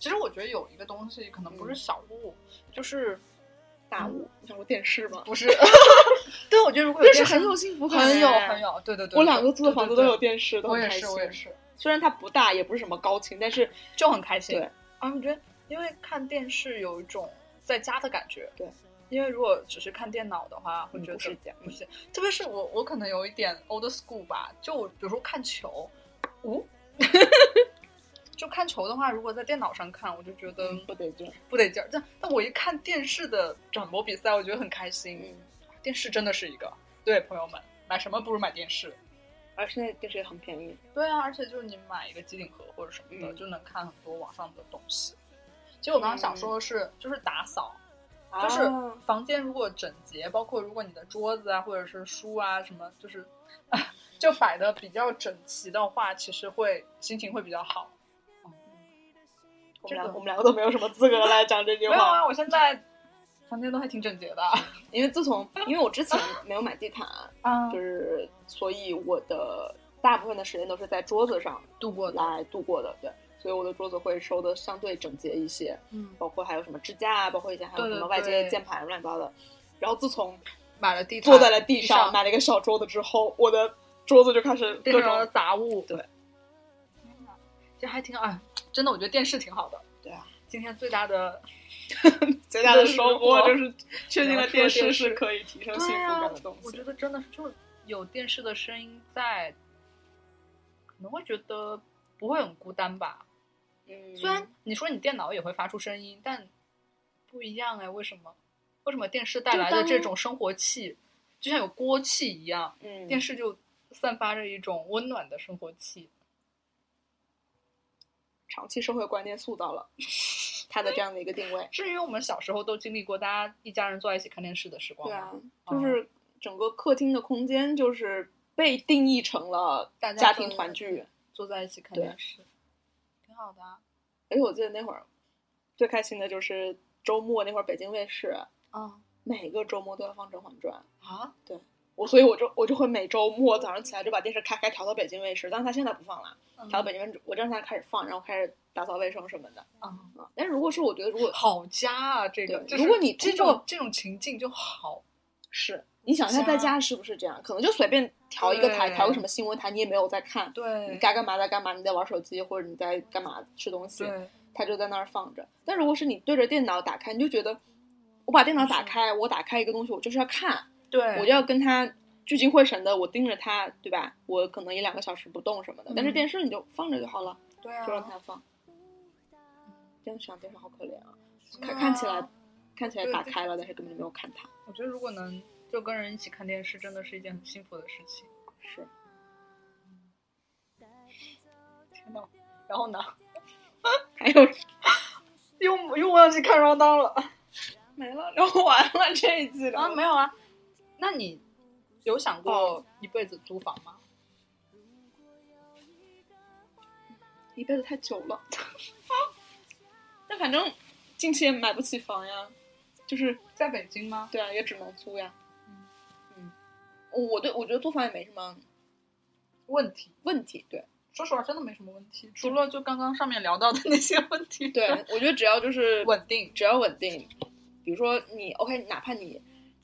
其实我觉得有一个东西可能不是嗯小物，就是大嗯屋，你看过电视吗？不是。 对，我觉得如果电视有电很有幸福感，很有很。有，对对对，我两个对租的房子都有，电视，对都对对很我也开是心。我也是，虽然它不大，也不是什么高清，但是就很开心。对啊，我觉得因为看电视有一种在家的感觉。对，因为如果只是看电脑的话，会嗯觉得不是家不是，特别是我我可能有一点 old school 吧，就我比如说看球，哦。 就看球的话，如果在电脑上看，我就觉得嗯不得劲。不得劲儿。但但我一看电视的转播比赛，我觉得很开心。嗯，电视真的是一个，对朋友们，买什么不如买电视。而现在电视也很便宜。对啊，而且就是你买一个机顶盒或者什么的，嗯就能看很多网上的东西。其实我刚刚想说的是，嗯就是打扫，就是啊房间如果整洁，包括如果你的桌子啊或者是书啊什么，就是、 就摆的比较整齐的话，其实会心情会比较好。我们俩这个我们两个都没有什么资格来讲这句没有话，啊，我现在房间都还挺 整洁的因为自从因为我之前没有买地毯，啊就，是所以我的大部分的时间都是在桌子上度过的，来度过的，对，所以我的桌子会收的相对整洁一些，嗯，包括还有什么支架啊，包括以前还有对对什么外接对键盘乱七八糟的。然后自从买了地毯，坐在了地上，上，买了一个小桌子之后，我的桌子就开始变各成了种杂物。对，这还挺啊，真的，我觉得电视挺好的。对啊，今天最大的最大的各种收获生活就是确定了对电说电视啊是视可以提升幸福感的东啊我西觉。得真的是就是有电视的声音在，可能会觉得不会很孤单吧。嗯虽然你说你电脑也会发出声音，但不一样哎，为什么？为什么电视带来的这种生活气，就像有锅气一样，嗯电视就散发着一种温暖的生活气。长期社会观念塑造了 它的这样的一 个定位。是因为我们小时候都经历过大家一家人坐在一起看电视的时光对吗？啊，就是整个客厅的空间就是被定义成了大家家可庭团聚。坐在一起看对电视，挺好的啊。而哎且我记得那会儿最开心的就是周末那会儿，北京卫视嗯每个周末都要放《甄嬛传》。啊，我所以我就我就会每周末早上起来就把电视开开调到北京卫视，但是它现在不放了，嗯调到北京卫视，我正在开始放，然后开始打扫卫生什么的嗯，啊。但如果说我觉得如果好家啊，这个对就是如果你这通过种这种情境就好，是你想一下家在家是不是这样，可能就随便调一个台，对调个什么新闻台，你也没有在看，你对该干嘛在干嘛，你在玩手机或者你在干嘛吃东西，对，它就在那儿放着。但如果是你对着电脑打开，你就觉得我把电脑打是开，我打开一个东西，我就是要看，嗯对我就要跟他聚精会神的，我盯着他，对吧？我可能一两个小时不动什么的，但是嗯电视你就放着就好了，对就让啊，他放。这样想电视好可怜啊，是看啊看起来看起来对打对开了，但是根本就没有看他。我觉得如果能就跟人一起看电视，真的是一件很幸福的事情。是， 天呐，然后呢？还有又又忘记看 round down 了没了，聊完了这一季了啊？没有啊？那你有想过哦一辈子租房吗？一辈子太久了。 但反正近期也买不起房呀，就是在北京吗？对啊，也只能租呀嗯。嗯，我对我觉得租房也没什么问题，问题，对。说实话，真的没什么问题，除了就刚刚上面聊到的那些问题。对，我觉得只要就是稳定。只要稳定，比如说你 OK，哪怕你，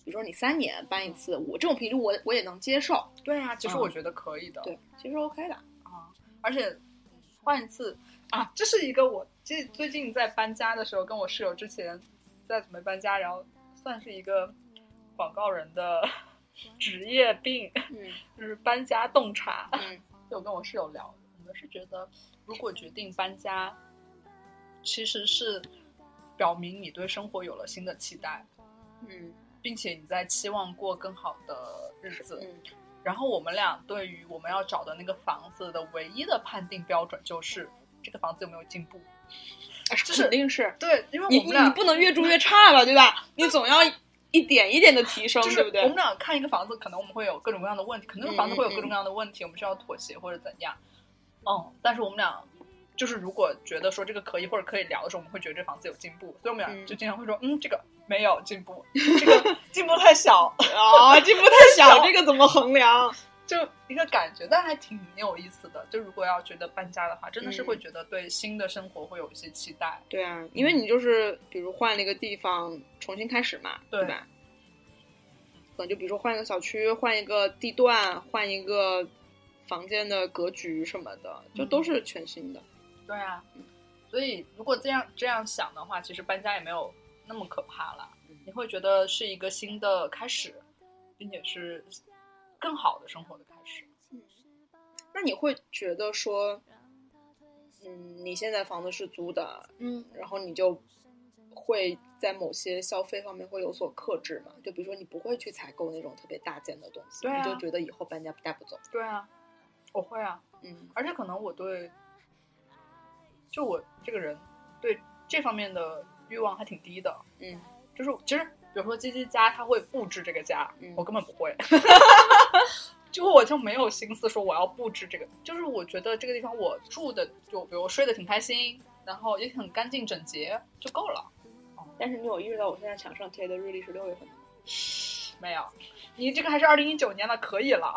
比如说你三年搬一次，我这种频率我我也能接受，对啊，其实嗯我觉得可以的。对，其实 OK 的。啊，而且换一次啊，这是一个我这最近在搬家的时候，跟我室友之前在准备搬家，然后算是一个广告人的 职业病，嗯就是搬家洞察。嗯就跟我室友聊，我们是觉得如果决定搬家，其实是表明你对生活有了新的期待，嗯并且你在期望过更好的日子。嗯，然后我们俩对于我们要找的那个房子的唯一的判定标准就是这个房子有没有进步。这肯定啊是对，因为你我你们俩不能越住越差吧，对吧？你总要一点一点的提升， 就是对不对我？们俩看一个房子，可能我们会有各种各样的问题，可能那个房子会有各种嗯嗯嗯各样的问题，我们需要妥协或者怎样。嗯，但是我们俩就是如果觉得说这个可以或者可以聊的时候，我们会觉得这房子有进步，所以我们俩嗯就经常会说，嗯，这个没有进步，这个进步太小，啊，这不太 小，这个怎么衡量？就一个感觉，但还挺有意思的。就如果要觉得搬家的话，真的是会觉得对新的生活会有一些期待。对啊，因为你就是比如换了一个地方重新开始嘛，对对吧？可能就比如说换一个小区，换一个地段，换一个房间的格局什么的，就都是全新的。对啊，所以如果这样这样想的话，其实搬家也没有那么可怕了嗯。你会觉得是一个新的开始，并且是更好的生活的开始。那你会觉得说，嗯，你现在房子是租的，嗯，然后你就会在某些消费方面会有所克制嘛？就比如说你不会去采购那种特别大件的东西，对啊你就觉得以后搬家带不走。对啊，我会啊，嗯而且可能我对，就我这个人对这方面的欲望还挺低的。嗯就是其实比如说鸡鸡家，他会布置这个家，嗯我根本不会， 就我就没有心思说我要布置这个。就是我觉得这个地方我住的，就比如我睡得挺开心，然后也很干净整洁就够了。但是你有意识到我现在墙上贴的日历是六月份的吗？没有，你这个还是二零一九年的，可以了。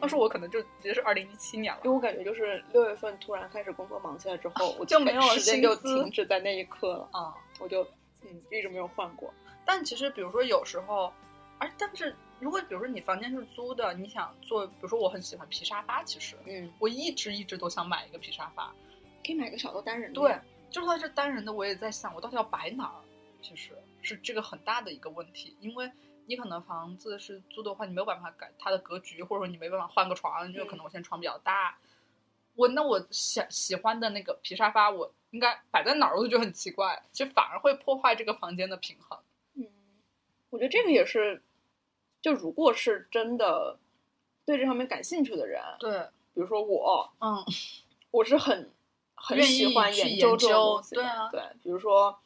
要是我可能就直接是二零一七年了因。为我感觉就是六月份突然开始工作忙起来之后，我就没有哦时间心就思停止在那一刻了，啊、我就嗯一直没有换过。但其实比如说有时候，而但是如果比如说你房间是租的，你想做，比如说我很喜欢皮沙发，其实嗯，我一直一直都想买一个皮沙发，可以买个小的单人的对，就是它是单人的，我也在想，我到底要摆哪儿？其实是这个很大的一个问题，因为你可能房子是租的话，你没有办法改它的格局，或者说你没办法换个床，因为可能我现在床比较大。我那我想喜欢的那个皮沙发，我应该摆在哪儿，我就觉得很奇怪，其实反而会破坏这个房间的平衡。嗯，我觉得这个也是，就如果是真的对这方面感兴趣的人，对，比如说我，嗯，我是很很愿意喜欢去究这种研究东西的，对啊对，比如说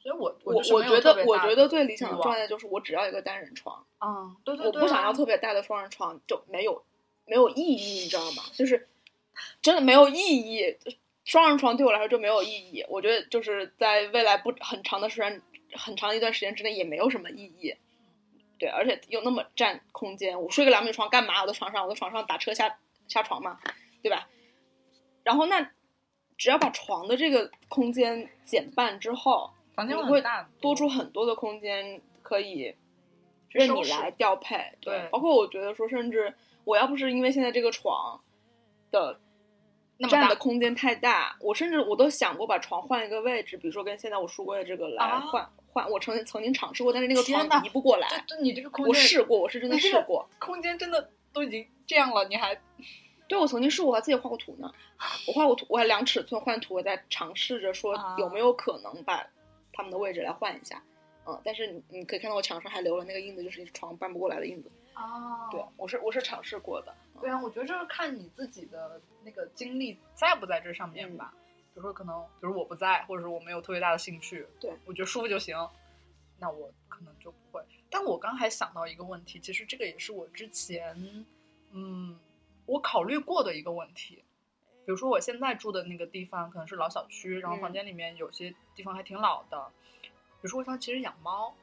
所以我我我就是我没有觉特得别我大觉的得最理想欲的望状态就是我只要一个单人床，嗯，对对我对，不想要特别大的双人床，就没有没有意义，你知道吗？嗯就是真的没有意义，双人床对我来说就没有意义。我觉得就是在未来不很长的时间、很长一段时间之内也没有什么意义。对，而且又那么占空间，我睡个两米床干嘛？我的床上，我的床上打车下下床嘛，对吧？然后那只要把床的这个空间减半之后，房间你会会很大，多出很多的空间可以去任收你拾来调配。对包括我觉得说，甚至我要不是因为现在这个床的那么占的大空间太大，我甚至我都想过把床换一个位置，比如说跟现在我书柜的这个来啊换、换。我曾经曾经尝试过，但是那个天床呐移不过对来。对，你这个空我间试过，我是真的你这试个过。空间真的都已经这样了，你还对，我曾经试过，我还自己画过图呢。我画过图，我还量尺寸换图，我在尝试着说啊有没有可能把他们的位置来换一下。嗯，但是你你可以看到我墙上还留了那个印子，就是床搬不过来的印子。啊对，我是我是尝试过的。对啊，我觉得这是看你自己的那个精力在不在这上嗯面吧。比如说，可能比如我不在，或者是我没有特别大的兴趣，对我觉得舒服就行，那我可能就不会。但我刚还想到一个问题，其实这个也是我之前，嗯，我考虑过的一个问题。比如说我现在住的那个地方可能是老小区，然后嗯房间里面有些地方还挺老的。比如说我想其实养猫，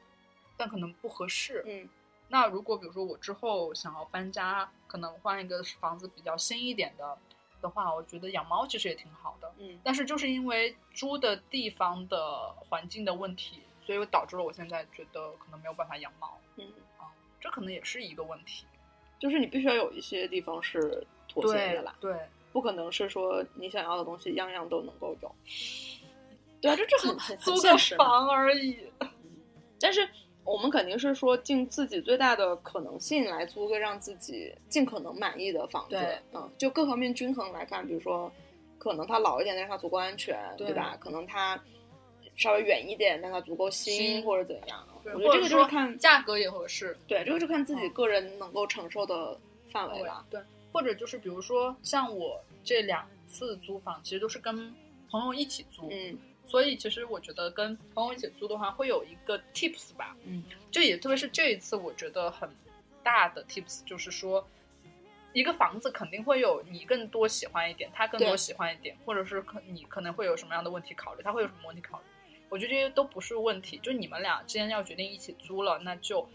但可能不合适，嗯那如果比如说我之后想要搬家，可能换一个房子比较新一点的的话，我觉得养猫其实也挺好的。嗯，但是就是因为租的地方的环境的问题，所以导致了我现在觉得可能没有办法养猫，嗯，这可能也是一个问题。就是你必须要有一些地方是妥协的啦，对，不可能是说你想要的东西样样都能够有。对啊，这这很很很租现个实嘛。房而已。但是我们肯定是说尽自己最大的可能性来租个让自己尽可能满意的房子对。嗯，就各方面均衡来看，比如说可能它老一点，但是它足够安全，对对吧？可能它稍微远一点，但它足够新新或者怎样。对我觉得这个就或者是说看价格也合适，对，这个就看哦自己个人能够承受的范围了。对，或者就是比如说像我这两次租房，其实都是跟朋友一起租，嗯所以其实我觉得跟朋友一起租的话，会有一个 tips 吧，嗯，这也特别是这一次，我觉得很大的 tips 就是说，一个房子肯定会有你更多喜欢一点，他更多对喜欢一点，或者是可你可能会有什么样的问题考虑，他会有什么问题考虑，我觉得这些都不是问题，就你们俩既然要决定一起租了，那就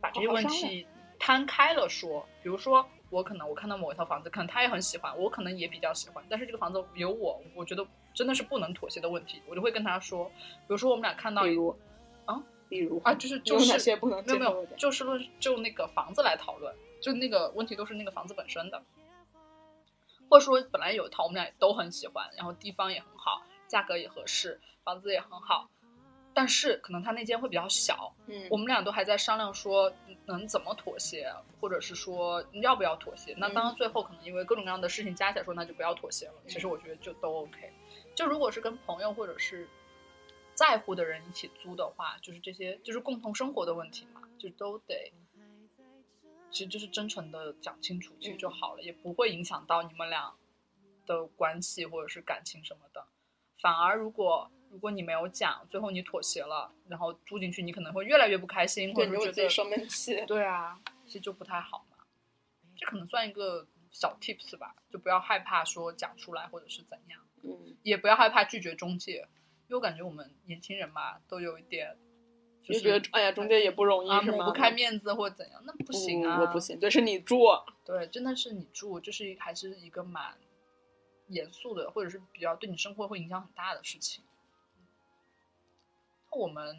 把这些好好问商题摊开了说，比如说。我可能我看到某一套房子，可能他也很喜欢，我可能也比较喜欢，但是这个房子有我，我觉得真的是不能妥协的问题，我就会跟他说，比如说我们俩看到比一如啊，比如啊，就是有就是哪些不能没有接没受有的，？就事论就那个房子来讨论，就那个问题都是那个房子本身的，或者说本来有一套我们俩也都很喜欢，然后地方也很好，价格也合适，房子也很好，但是可能他那间会比较小，嗯，我们俩都还在商量说能怎么妥协，或者是说要不要妥协。那当然最后可能因为各种各样的事情加起来说，那就不要妥协了。其实我觉得就都 OK。就如果是跟朋友或者是在乎的人一起租的话，就是这些就是共同生活的问题嘛，就都得。其实就是真诚的讲清楚，其实就好了，也不会影响到你们俩的关系或者是感情什么的。反而如果如果你没有讲，最后你妥协了，然后住进去，你可能会越来越不开心，或对，者你是会觉自己得生闷气。对啊，其实就不太好嘛。这可能算一个小 tips 吧，就不要害怕说讲出来或者是怎样，嗯，也不要害怕拒绝中介，因为我感觉我们年轻人嘛，都有一点就就是觉得哎呀，中介也不容易啊是抹吗？不开面子或者怎样，那不不行啊，我不行，对，是你住，对，真的是你住，这是一还是一个蛮严肃的，或者是比较对你生活会影响很大的事情。那我们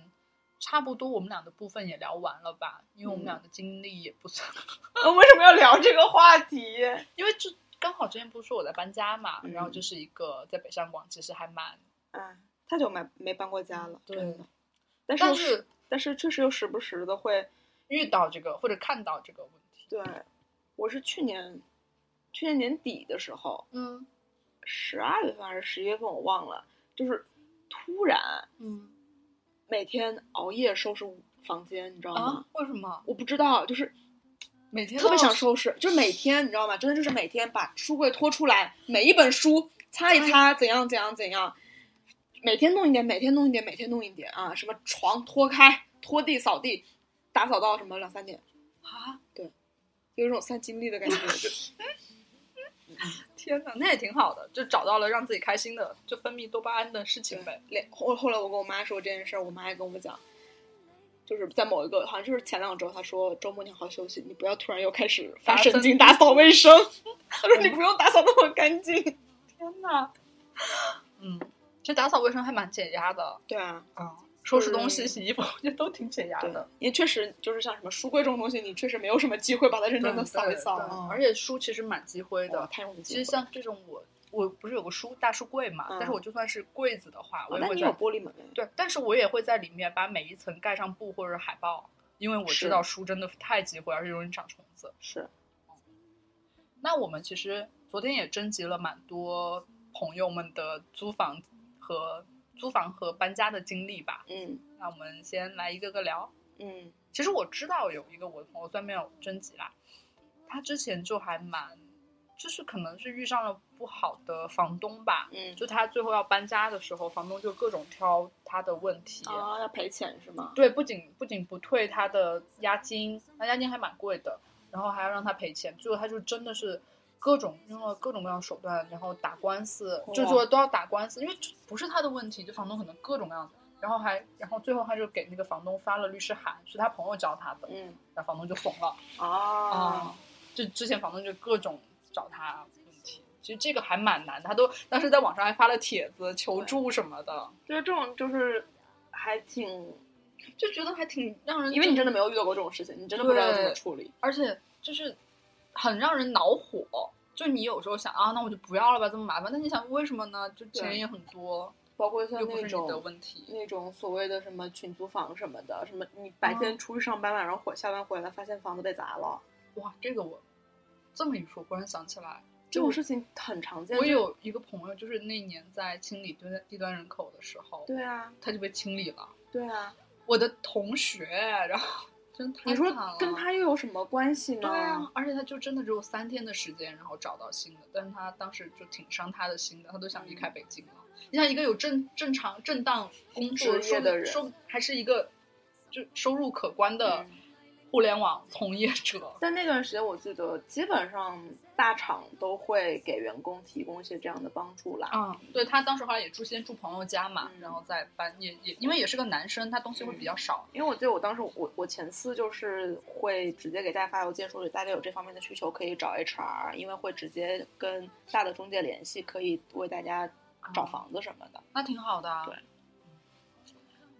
差不多，我们俩的部分也聊完了吧？因为我嗯们俩的经历也不算， 那嗯为什么要聊这个话题？因为这刚好之前不是说我在搬家嘛，然后嗯这是一个在北上广，其实还蛮哎，太久没没搬过家了，对真的。但是但又是但是确实又时不时的会，遇到这个或者看到这个问题，对，我是去年去年年底的时候，嗯十二月份还是十一月份我忘了，就是突然嗯每天熬夜收拾房间，你知道吗啊？，为什么我不知道，就是每天嗯特别都要想收拾，就是每天你知道吗？真的就是每哎天把书柜拖出来，每一本书擦一擦，怎样怎样怎样，每天弄一点，每天弄一点，每天弄一点啊！什么床拖开、拖地、扫地，打扫到什么两三点，啊！有一种散心力的感 觉。就天哪，那也挺好的，就找到了让自己开心的，就分泌多巴胺的事情呗。连后后来我跟我妈说这件事儿，我妈也跟我讲，就是在某一个好像就是前两周，她说周末你好好休息，你不要突然又开始发打神分经打扫卫 生。她说你不用打扫那么干净。天哪，嗯，这打扫卫生还蛮解压的对啊，啊，收拾东对西、洗衣服，我 觉得都挺解压对的。，因为确实就是像什么书柜这种东西，你确实没有什么机会把它认真的对扫一对扫对啊，而且书其实蛮积灰哇的。太容易其积实灰。像这种我，我不是有个书大书柜嘛，嗯但是我就算是柜子的话，哦我也那会你在有玻璃门哎，对，但是我也会在里面把每一层盖上布或者海报，因为我是知道书真的太积灰，而且容易长虫子。是那我们其实昨天也征集了蛮多朋友们的租房和租房和搬家的经历吧。嗯那我们先来一个个聊。嗯其实我知道有一个我的朋友，虽然没有征集啦，他之前就还蛮，就是可能是遇上了不好的房东吧。嗯，就他最后要搬家的时候，房东就各种挑他的问题，啊要赔钱是吗？对，不仅不仅不退他的押金，那押金还蛮贵的，然后还要让他赔钱，最后他就真的是各种用了各种各样的手段，然后打官司，就哇说都要打官司，因为这不是他的问题，就房东可能各种各样的，然后还然后最后他就给那个房东发了律师函，是他朋友教他的，嗯然后房东就怂了嗯啊，就之前房东就各种找他问题，其实这个还蛮难的，他都当时在网上还发了帖子求助什么的，就是这种就是还挺，就觉得还挺让人因为你真的没有遇到过这种事情，你真的不知道怎么对处理。而且就是很让人恼火。就你有时候想啊，那我就不要了吧，这么麻烦。但你想为什么呢？就钱对也很多，包括像又不是那你的种问题。那种所谓的什么群租房什么的，什么你白天出去上班，晚上回下班回来发现房子被砸了，哇，这个我这么一说，忽然想起来，这种事情很常见。我就有一个朋友，就是那年在清理低端低端人口的时候，对啊，他就被清理了。对啊，我的同学，然后真的太你说惨了跟他又哦有什么关系呢？对啊，，而且他就真的只有三天的时间，然后找到新的，但是他当时就挺伤他的心的，他都想离开嗯北京了。你想一个有正正常正当工作职业的人说不说还是一个就收入可观的嗯互联网从业者，但那段时间我记得，基本上大厂都会给员工提供一些这样的帮助啦。啊，对他当时后来也住先住朋友家嘛，嗯然后再搬，也也因为也是个男生，他东西会比较少，因为我记得我当时我我前司就是会直接给大家发邮件说，大家有这方面的需求可以找 HR，因为会直接跟大的中介联系，可以为大家啊找房子什么的。那挺好的、啊。对，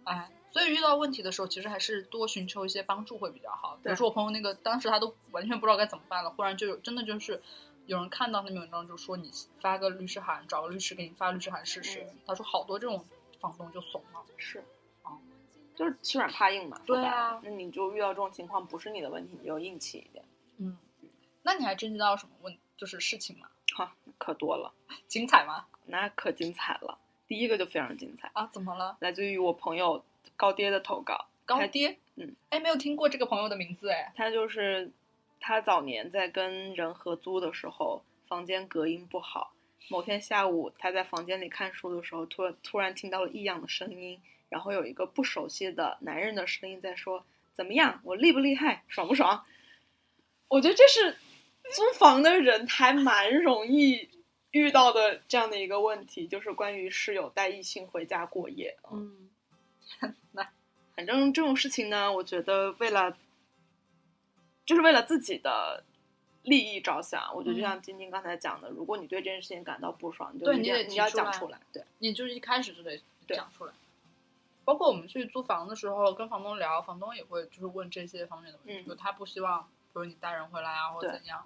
哎，所以遇到问题的时候，其实还是多寻求一些帮助会比较好。比如对说我朋友那个，当时他都完全不知道该怎么办了，忽然就有真的就是有人看到那篇文章，就说你发个律师函，找个律师给你发律师函试试。嗯他他说好多这种房东就怂了。是哦，就是欺软怕硬嘛。说对白啊了那你就遇到这种情况不是你的问题，你就硬气一点。嗯，那你还征集到什么问就是事情吗？哈，可多了，精彩吗？那可精彩了。第一个就非常精彩，啊，怎么了？来自于我朋友高爹的投稿。高还爹？嗯，哎，没有听过这个朋友的名字哎。他就是他早年在跟人合租的时候，房间隔音不好。某天下午，他在房间里看书的时候，突然突然听到了异样的声音，然后有一个不熟悉的男人的声音在说：“怎么样，我厉不厉害，爽不爽？”我觉得这是租房的人还蛮容易遇到的这样的一个问题，就是关于室友带异性回家过夜。嗯， 反正这种事情呢，我觉得为了就是为了自己的利益着想，我觉得就像晶晶刚才讲的，如果你对这件事情感到不爽，你就嗯对一定你得你提要出讲来出来，对，你就是一开始就得对讲出来。包括我们去租房的时候，跟房东聊，房东也会就是问这些方面的问题，嗯比如他不希望，比如你带人回来啊，或者对怎样。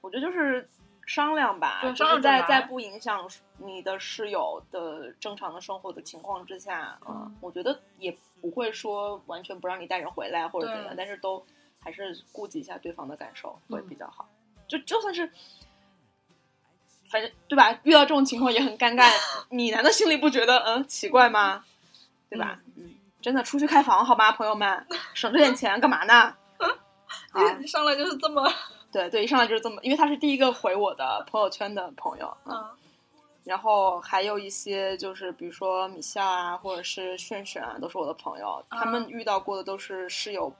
我觉得就是商量吧，对就商是量在着来在不影响你的室友的正常的生活的情况之下，嗯，嗯我觉得也不会说完全不让你带人回来或者对怎样，但是都还是顾及一下对方的感受会嗯比较好，就就算是。反正对吧？遇到这种情况也很尴尬，你难道心里不觉得嗯奇怪吗？对吧？嗯，真的出去开房好吗，朋友们？省这点钱干嘛 呢？啊，一哎上来就是这么，对对，一上来就是这么，因为他是第一个回我的朋友圈的朋友，嗯，嗯然后还有一些就是比如说米夏啊，或者是炫炫啊，都是我的朋友，他们遇到过的都是室友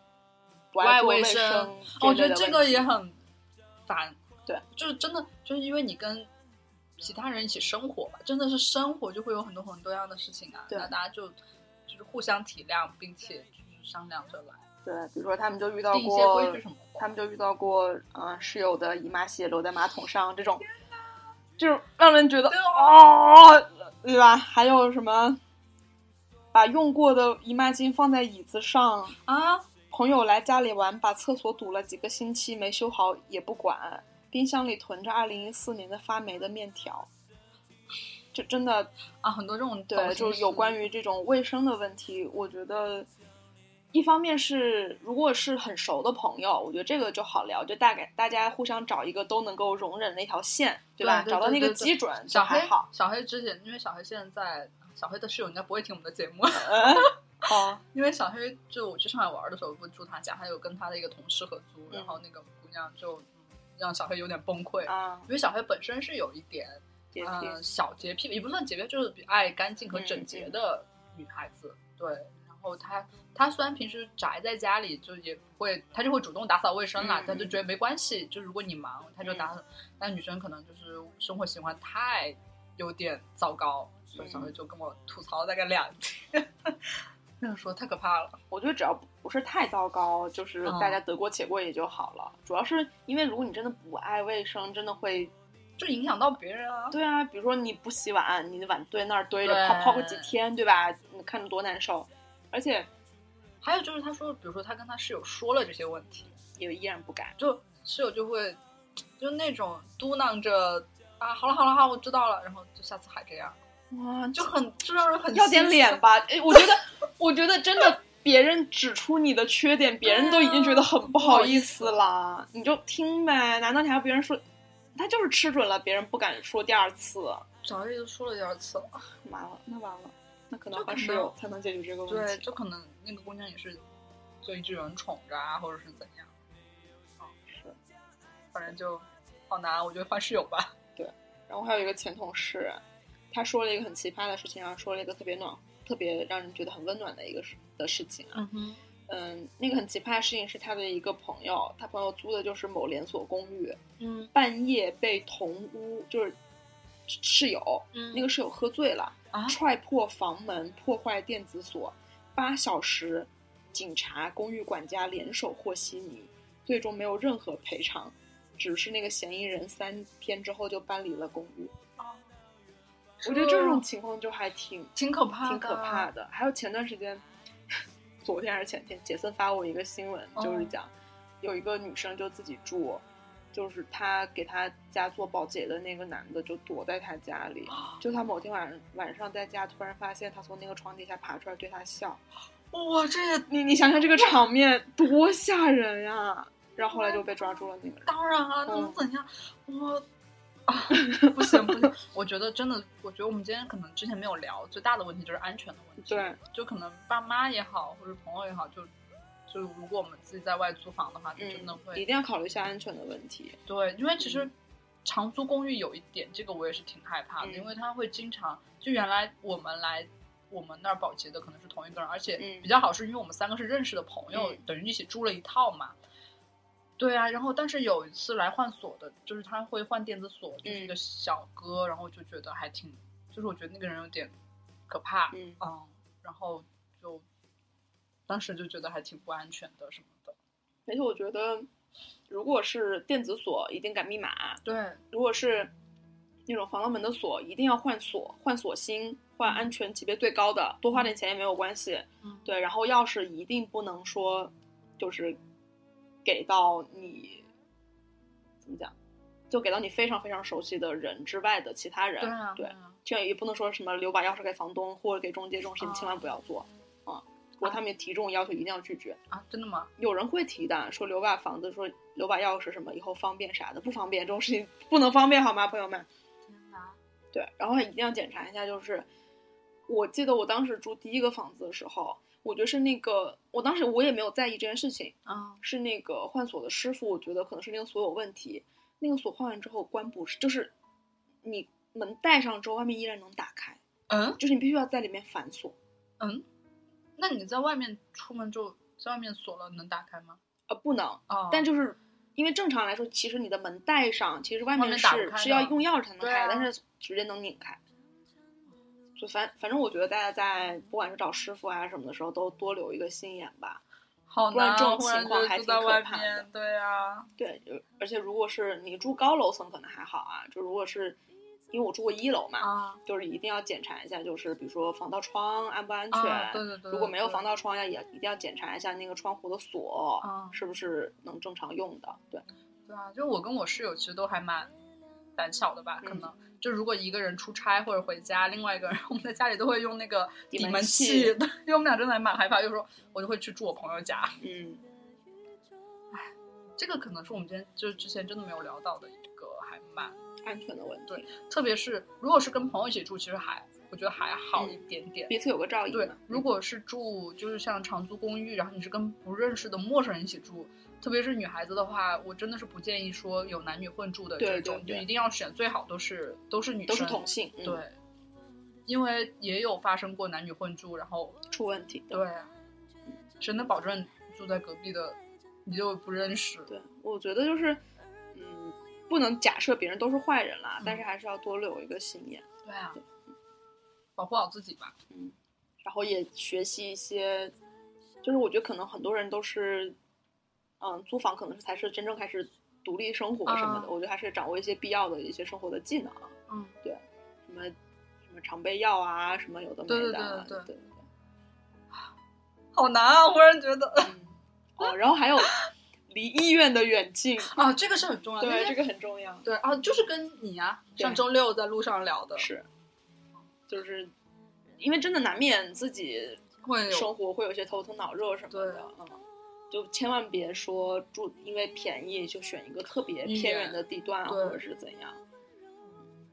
不爱外做卫生生哦之我类觉得的这问个题也很烦。对，就是真的，就是因为你跟其他人一起生活吧，真的是生活就会有很多很多样的事情啊。对那大家就就是互相体谅，并且就是商量着来，对，比如说他们就遇到定一些过规矩什么的。他们就遇到过，嗯、室友的姨妈血留在马桶上这种，这种让人觉得对哦，对吧？还有什么，把用过的姨妈巾放在椅子上，啊，朋友来家里玩，把厕所堵了几个星期没修好也不管，冰箱里囤着二零一四年的发霉的面条，就真的啊，很多这种对，就是有关于于这种卫生的问题，我觉得一方面是如果是很熟的朋友，我觉得这个就好聊，就大概大家互相找一个都能够容忍的一条线，对吧？对找到对那个对对基准就小黑还 好。。小黑之前，因为小黑现在小黑的室友应该不会听我们的节目， 嗯，哦，因为小黑就我去上海玩的时候不是住他家，还有跟他的一个同事合租，然后那个姑娘就让小黑有点崩溃，啊，因为小黑本身是有一点洁癖，嗯嗯小洁癖，也不算洁癖，就是比爱干净和整洁的女孩子。对，然后她她虽然平时宅在家里，就也不会，她就会主动打扫卫生啦嗯，她就觉得没关系，就如果你忙，她就打扫。但女生可能就是生活习惯太有点糟糕，所嗯以小黑就跟我吐槽了大概两天， 那个说太可怕了。我觉得只要不是太糟糕，就是嗯大家得过且过也就好了。主要是因为如果你真的不爱卫生，真的会就影响到别人啊！对啊，比如说你不洗碗，你的碗堆那儿堆着对泡泡个几天，对吧？你看着多难受，而且还有就是，他说，比如说他跟他室友说了这些问题，也依然不改。就室友就会就那种嘟囔着啊，好了好了好，我知道了，然后就下次还这样，哇，就很就让人很要点脸吧。哎，我觉得，我觉得真的，别人指出你的缺点，别人都已经觉得很不好意思啦，你就听呗。难道你还要别人说？他就是吃准了，别人不敢说第二次，小黑就说了第二次了，完了，那完了，那可能就可换能室友才能解决这个问对，题。就可能那个姑娘也是就一直有人宠着啊，或者是怎样，啊是。反正就好难，我觉得换室友吧。然后还有一个前同事，他说了一个很奇葩的事情啊，说了一个特别暖、特别让人觉得很温暖的一个事的事情啊。嗯哼，嗯，那个很奇葩的事情是他的一个朋友，他朋友租的就是某连锁公寓，嗯半夜被同屋就是室友，嗯那个室友喝醉了，啊踹破房门，破坏电子锁，八小时，警察、公寓管家联手和稀泥，最终没有任何赔偿，只是那个嫌疑人三天之后就搬离了公寓。哦我觉得这种情况就还挺挺可怕的，挺可怕的。还有前段时间，昨天还是前天，杰森发我一个新闻，哦就是讲、有一个女生就自己住，就是她给她家做保洁的那个男的就躲在她家里，啊。就她某天晚晚上在家突然发现他从那个床底下爬出来对她笑，哇，这也你你想想这个场面多吓人呀、然后后来就被抓住了那个人。当然啊，能嗯怎样？我啊， 不行不行，我觉得真的，我觉得我们今天可能之前没有聊，最大的问题就是安全的问题。对，就可能爸妈也好，或者朋友也好，就就如果我们自己在外租房的话，就真的嗯，会、一定要考虑一下安全的问题。对，因为其实长租公寓有一点，这个我也是挺害怕的，嗯因为他会经常就原来我们来我们那儿保洁的可能是同一个人，而且嗯比较好是因为我们三个是认识的朋友，嗯等于一起住了一套嘛。对啊，然后但是有一次来换锁的，就是他会换电子锁，就是一个小哥，然后就觉得还挺，就是我觉得那个人有点可怕，嗯，嗯，然后就当时就觉得还挺不安全的什么的。而且我觉得，如果是电子锁，一定改密码。对，如果是那种防盗门的锁，一定要换锁，换锁芯，换安全级别最高的，多花点钱也没有关系。嗯，对，然后钥匙一定不能说就是给到你怎么讲，就给到你非常非常熟悉的人之外的其他人。对啊，啊这样也不能说什么留把钥匙给房东或者给中介这种事情，啊千万不要做啊！如果他们提这种要求，一定要拒绝。啊，真的吗？有人会提的，说留把房子，说留把钥匙什么，以后方便啥的，不方便这种事情不能方便好吗，朋友们？天哪！对，然后一定要检查一下，就是我记得我当时住第一个房子的时候，我觉得是那个，我当时我也没有在意这件事情，啊，是那个换锁的师傅，我觉得可能是那个锁有问题，那个锁换完之后关不是，就是你门带上之后，外面依然能打开，嗯就是你必须要在里面反锁。嗯，那你在外面出门就在外面锁了，能打开吗？呃，不能，哦，但就是因为正常来说，其实你的门带上，其实外外面打不是开是的要用钥匙才能对开，啊但是直接能拧开。就反反正我觉得大家在不管是找师傅啊什么的时候，都多留一个心眼吧。好不然难这啊，种忽情然况就还住挺在可外怕的面，对啊，对，就而且如果是你住高楼层可能还好啊，就如果是因为我住过一楼嘛，啊，就是一定要检查一下，就是比如说防盗窗安不安全。啊对对对对，如果没有对防，盗窗，要也一定要检查一下那个窗户的锁、啊是不是能正常用的。对，对啊，就我跟我室友其实都还蛮胆小的吧，可嗯能。就如果一个人出差或者回家，另外一个人我们在家里都会用那个 抵抵门门器器， 对，因为我们俩真的还蛮害怕。就是说我就会去住我朋友家，嗯，这个可能是我们今天就是之前真的没有聊到的一个还蛮安全的问题对，特别是如果是跟朋友一起住，其实还我觉得还好嗯一点点。彼此有个照应嗯嘛。对，如果是住就是像长租公寓，然后你是跟不认识的陌生人一起住，特别是女孩子的话，我真的是不建议说有男女混住的对这对种，对就一定要选最好都是都是女都生，是同性，嗯、对，因为也有发生过男女混住，然后出问题。对啊，谁能保证住在隔壁的你就不认识？对，我觉得就是，嗯，不能假设别人都是坏人啦，嗯但是还是要多留一个心眼，对啊，保护好自己吧。然后也学习一些，就是我觉得可能很多人都是，嗯，租房可能是才是真正开始独立生活什么的，啊我觉得还是掌握一些必要的一些生活的技能，嗯，什么什么常备药啊，什么有的没对对的啊，对对对好难啊！忽然觉得对嗯哦，然后还有离医院的远 近，啊，这个是很重要的。对因为这个很重要，对啊，就是跟你啊，对上周六在路上聊的，是，就是因为真的难免自己会有生活会有些头疼脑热什么对的，嗯，就千万别说住因为便宜就选一个特别嗯偏远的地段啊对或者是怎样。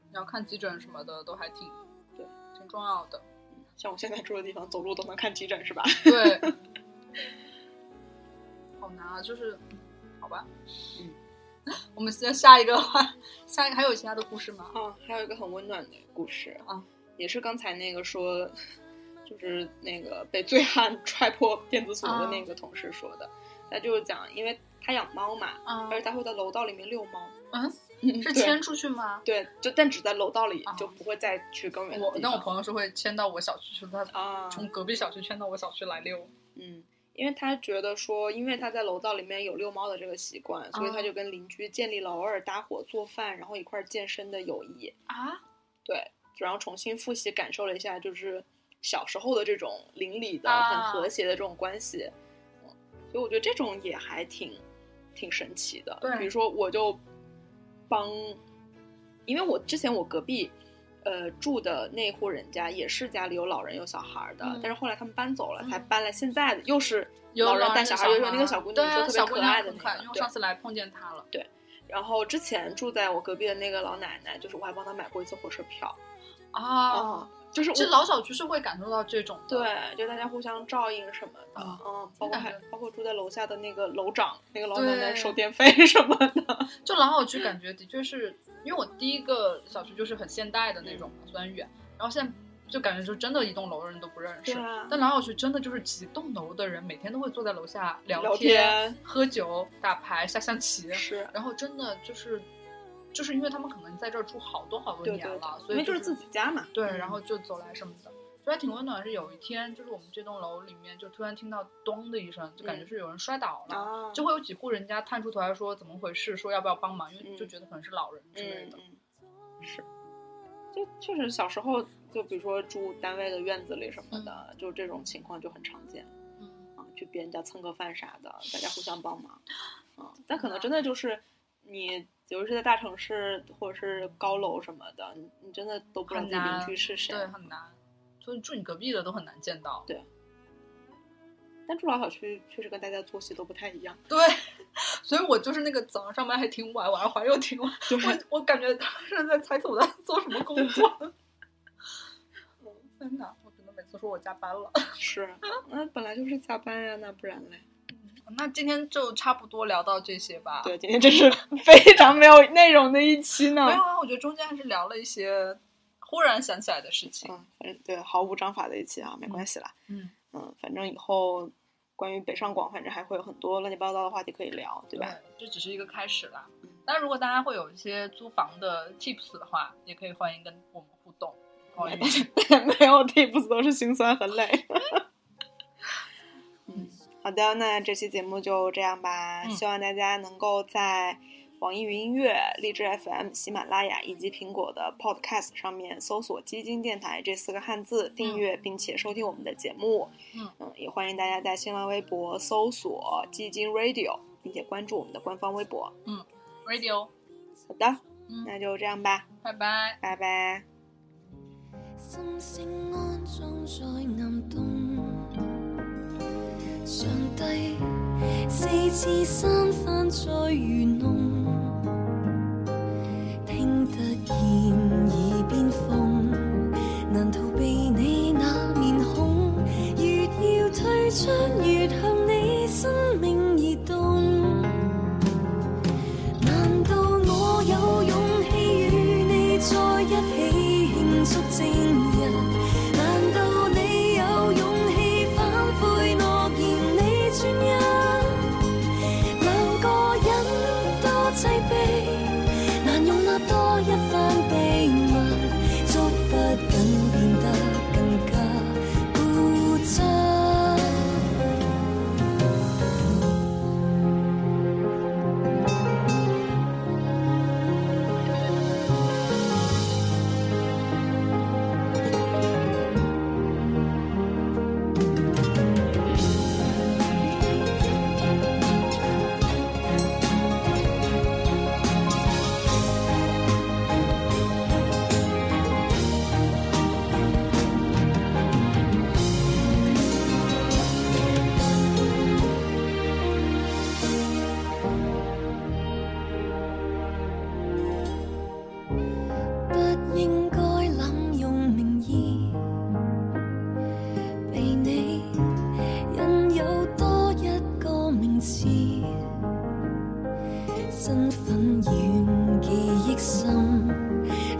你要看急诊什么的，都还挺嗯对，挺重要 的。像我现在住的地方，走路都能看急诊是吧？ 对，好难啊，就是好吧。嗯，我们先下一个话，下一个还有其他的故事吗？啊，还有一个很温暖的故事啊，也是刚才那个说，就是那个被醉汉 踹破电子锁啊的那个同事说的，他就是讲，因为他养猫嘛，啊而且他会在楼道里面遛猫，嗯，嗯是对迁出去吗？对，就但只在楼道里啊，就不会再去更远的我地那我方。朋友是会迁到我小区，就是他啊，从隔壁小区迁到我小区来遛。嗯，因为他觉得说，因为他在楼道里面有遛猫的这个习惯，所以哦他就跟邻居建立了偶尔搭伙做饭，然后一块儿健身的友谊。啊，对，然后重新复习感受了一下，就是小时候的这种邻里的、啊很和谐的这种关系。嗯所以我觉得这种也还挺挺神奇的。对比如说我就帮，因为我之前我隔壁。呃，住的那户人家也是家里有老人有小孩的，嗯但是后来他们搬走了，嗯才搬来现在的又是有老人带小小孩，又有那个小姑娘，对你啊，说小特姑别可娘爱的很可爱，那因为个。我对上次来碰见她了。然后之前住在我隔壁的那个老奶奶，就是我还帮她买过一次火车票啊，啊，就是这我老小区是会感受到这种的。对，就大家互相照应什么的，啊嗯，包括感还觉包括住在楼下的那个楼长，那个老奶奶对收电费 什么的，就老小区感觉的确是，因为我第一个小区就是很现代的那种嘛，虽然远，然后现在就感觉就真的一栋楼的人都不认识。啊但老小区真的就是几栋楼的人，每天都会坐在楼下聊聊喝酒、打牌、下象棋，是，然后真的就是，就是因为他们可能在这儿住好多好多对年对了，对，所因为以就是是自己家嘛，对，嗯然后就走来什么的，就还挺温暖。是有一天，就是我们这栋楼里面就突然听到咚的一声，就感觉嗯是有人摔倒了，啊，就会有几户人家探出头来说怎么回事，说要不要帮忙，因为嗯就觉得可能是老人之类嗯的。嗯，是，就确实小时候，就比如说住单位的院子里什么的，就这种情况就很常见。嗯，啊，去别人家蹭个饭啥的，大家互相帮 忙。嗯，但可能真的就是你，尤其是在大城市或者是高楼什么的，你你真的都不知道很自己邻难居是谁。对，很难，所以住你隔壁的都很难见到。但住老小区确实跟大家作息都不太一 样， 对，所以我就是那个早上上班还挺晚，晚上还又挺晚，就是我我感觉他们是在猜测我在做什么工 作。天哪，我真的每次说我加班了。 是，那、本来就是加班呀、那不然嘞？那今天就差不多聊到这些吧。对，今天这 是非常没有内容的一期呢没。有啊，我觉得中间还是聊了一些忽然想起来的事情。嗯，反正对，毫无章法的一期啊，没关系啦。嗯，嗯，反正以后关于北上广，反正还会有很多乱七八糟的话题可以聊，对吧？？嗯这只是一个开始啦。那如果大家会有一些租房的 tips 的话，也可以欢迎跟我们互动。关于没有 tips 都是心酸和 累。嗯，好的，那这期节目就这样吧，嗯希望大家能够在。网易云音乐、荔枝 FM、喜马拉雅以及苹果的 Podcast 上面搜索“基金电台”这四个汉字，订阅并且收听我们的节目。嗯也欢迎大家在新浪微博搜索“基金 Radio”，并且关注我们的官方微博。嗯 radio，好的，嗯，那就这样吧，拜拜。拜拜。心聲安葬在岩洞。上帝四次三番再愚弄，聽得見耳邊風，難逃避你那面孔。越要退出，越向你生命移動。難道我有勇氣與你在一起慶祝正日？難道你有勇氣反悔諾言你轉一？兩個人多擠迫，難容納多一番秘密，捉不緊變得更加固執。不應該濫用名義，被你引誘多一個名字，身份遠記憶深，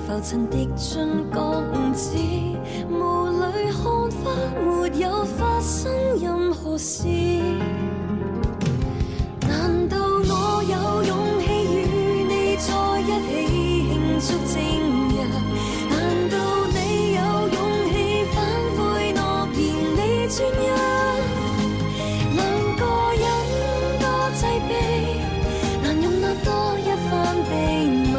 浮塵滴進鋼子，霧裏看花，沒有發生任何事。難道我有勇氣與你在一起慶祝正日？難道你有勇氣反悔諾言你專一？兩個人多擠迫，難容納多一番秘密，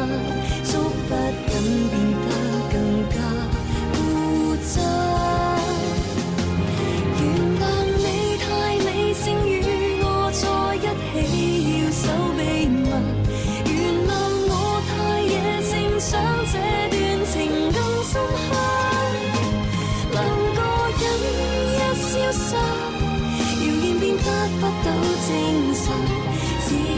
捉不緊變得更加固執。原諒你太理性，與我在一起要守秘密。原諒我太野性，想這段情更深刻。兩個人一消失，謠言便得不到證實，只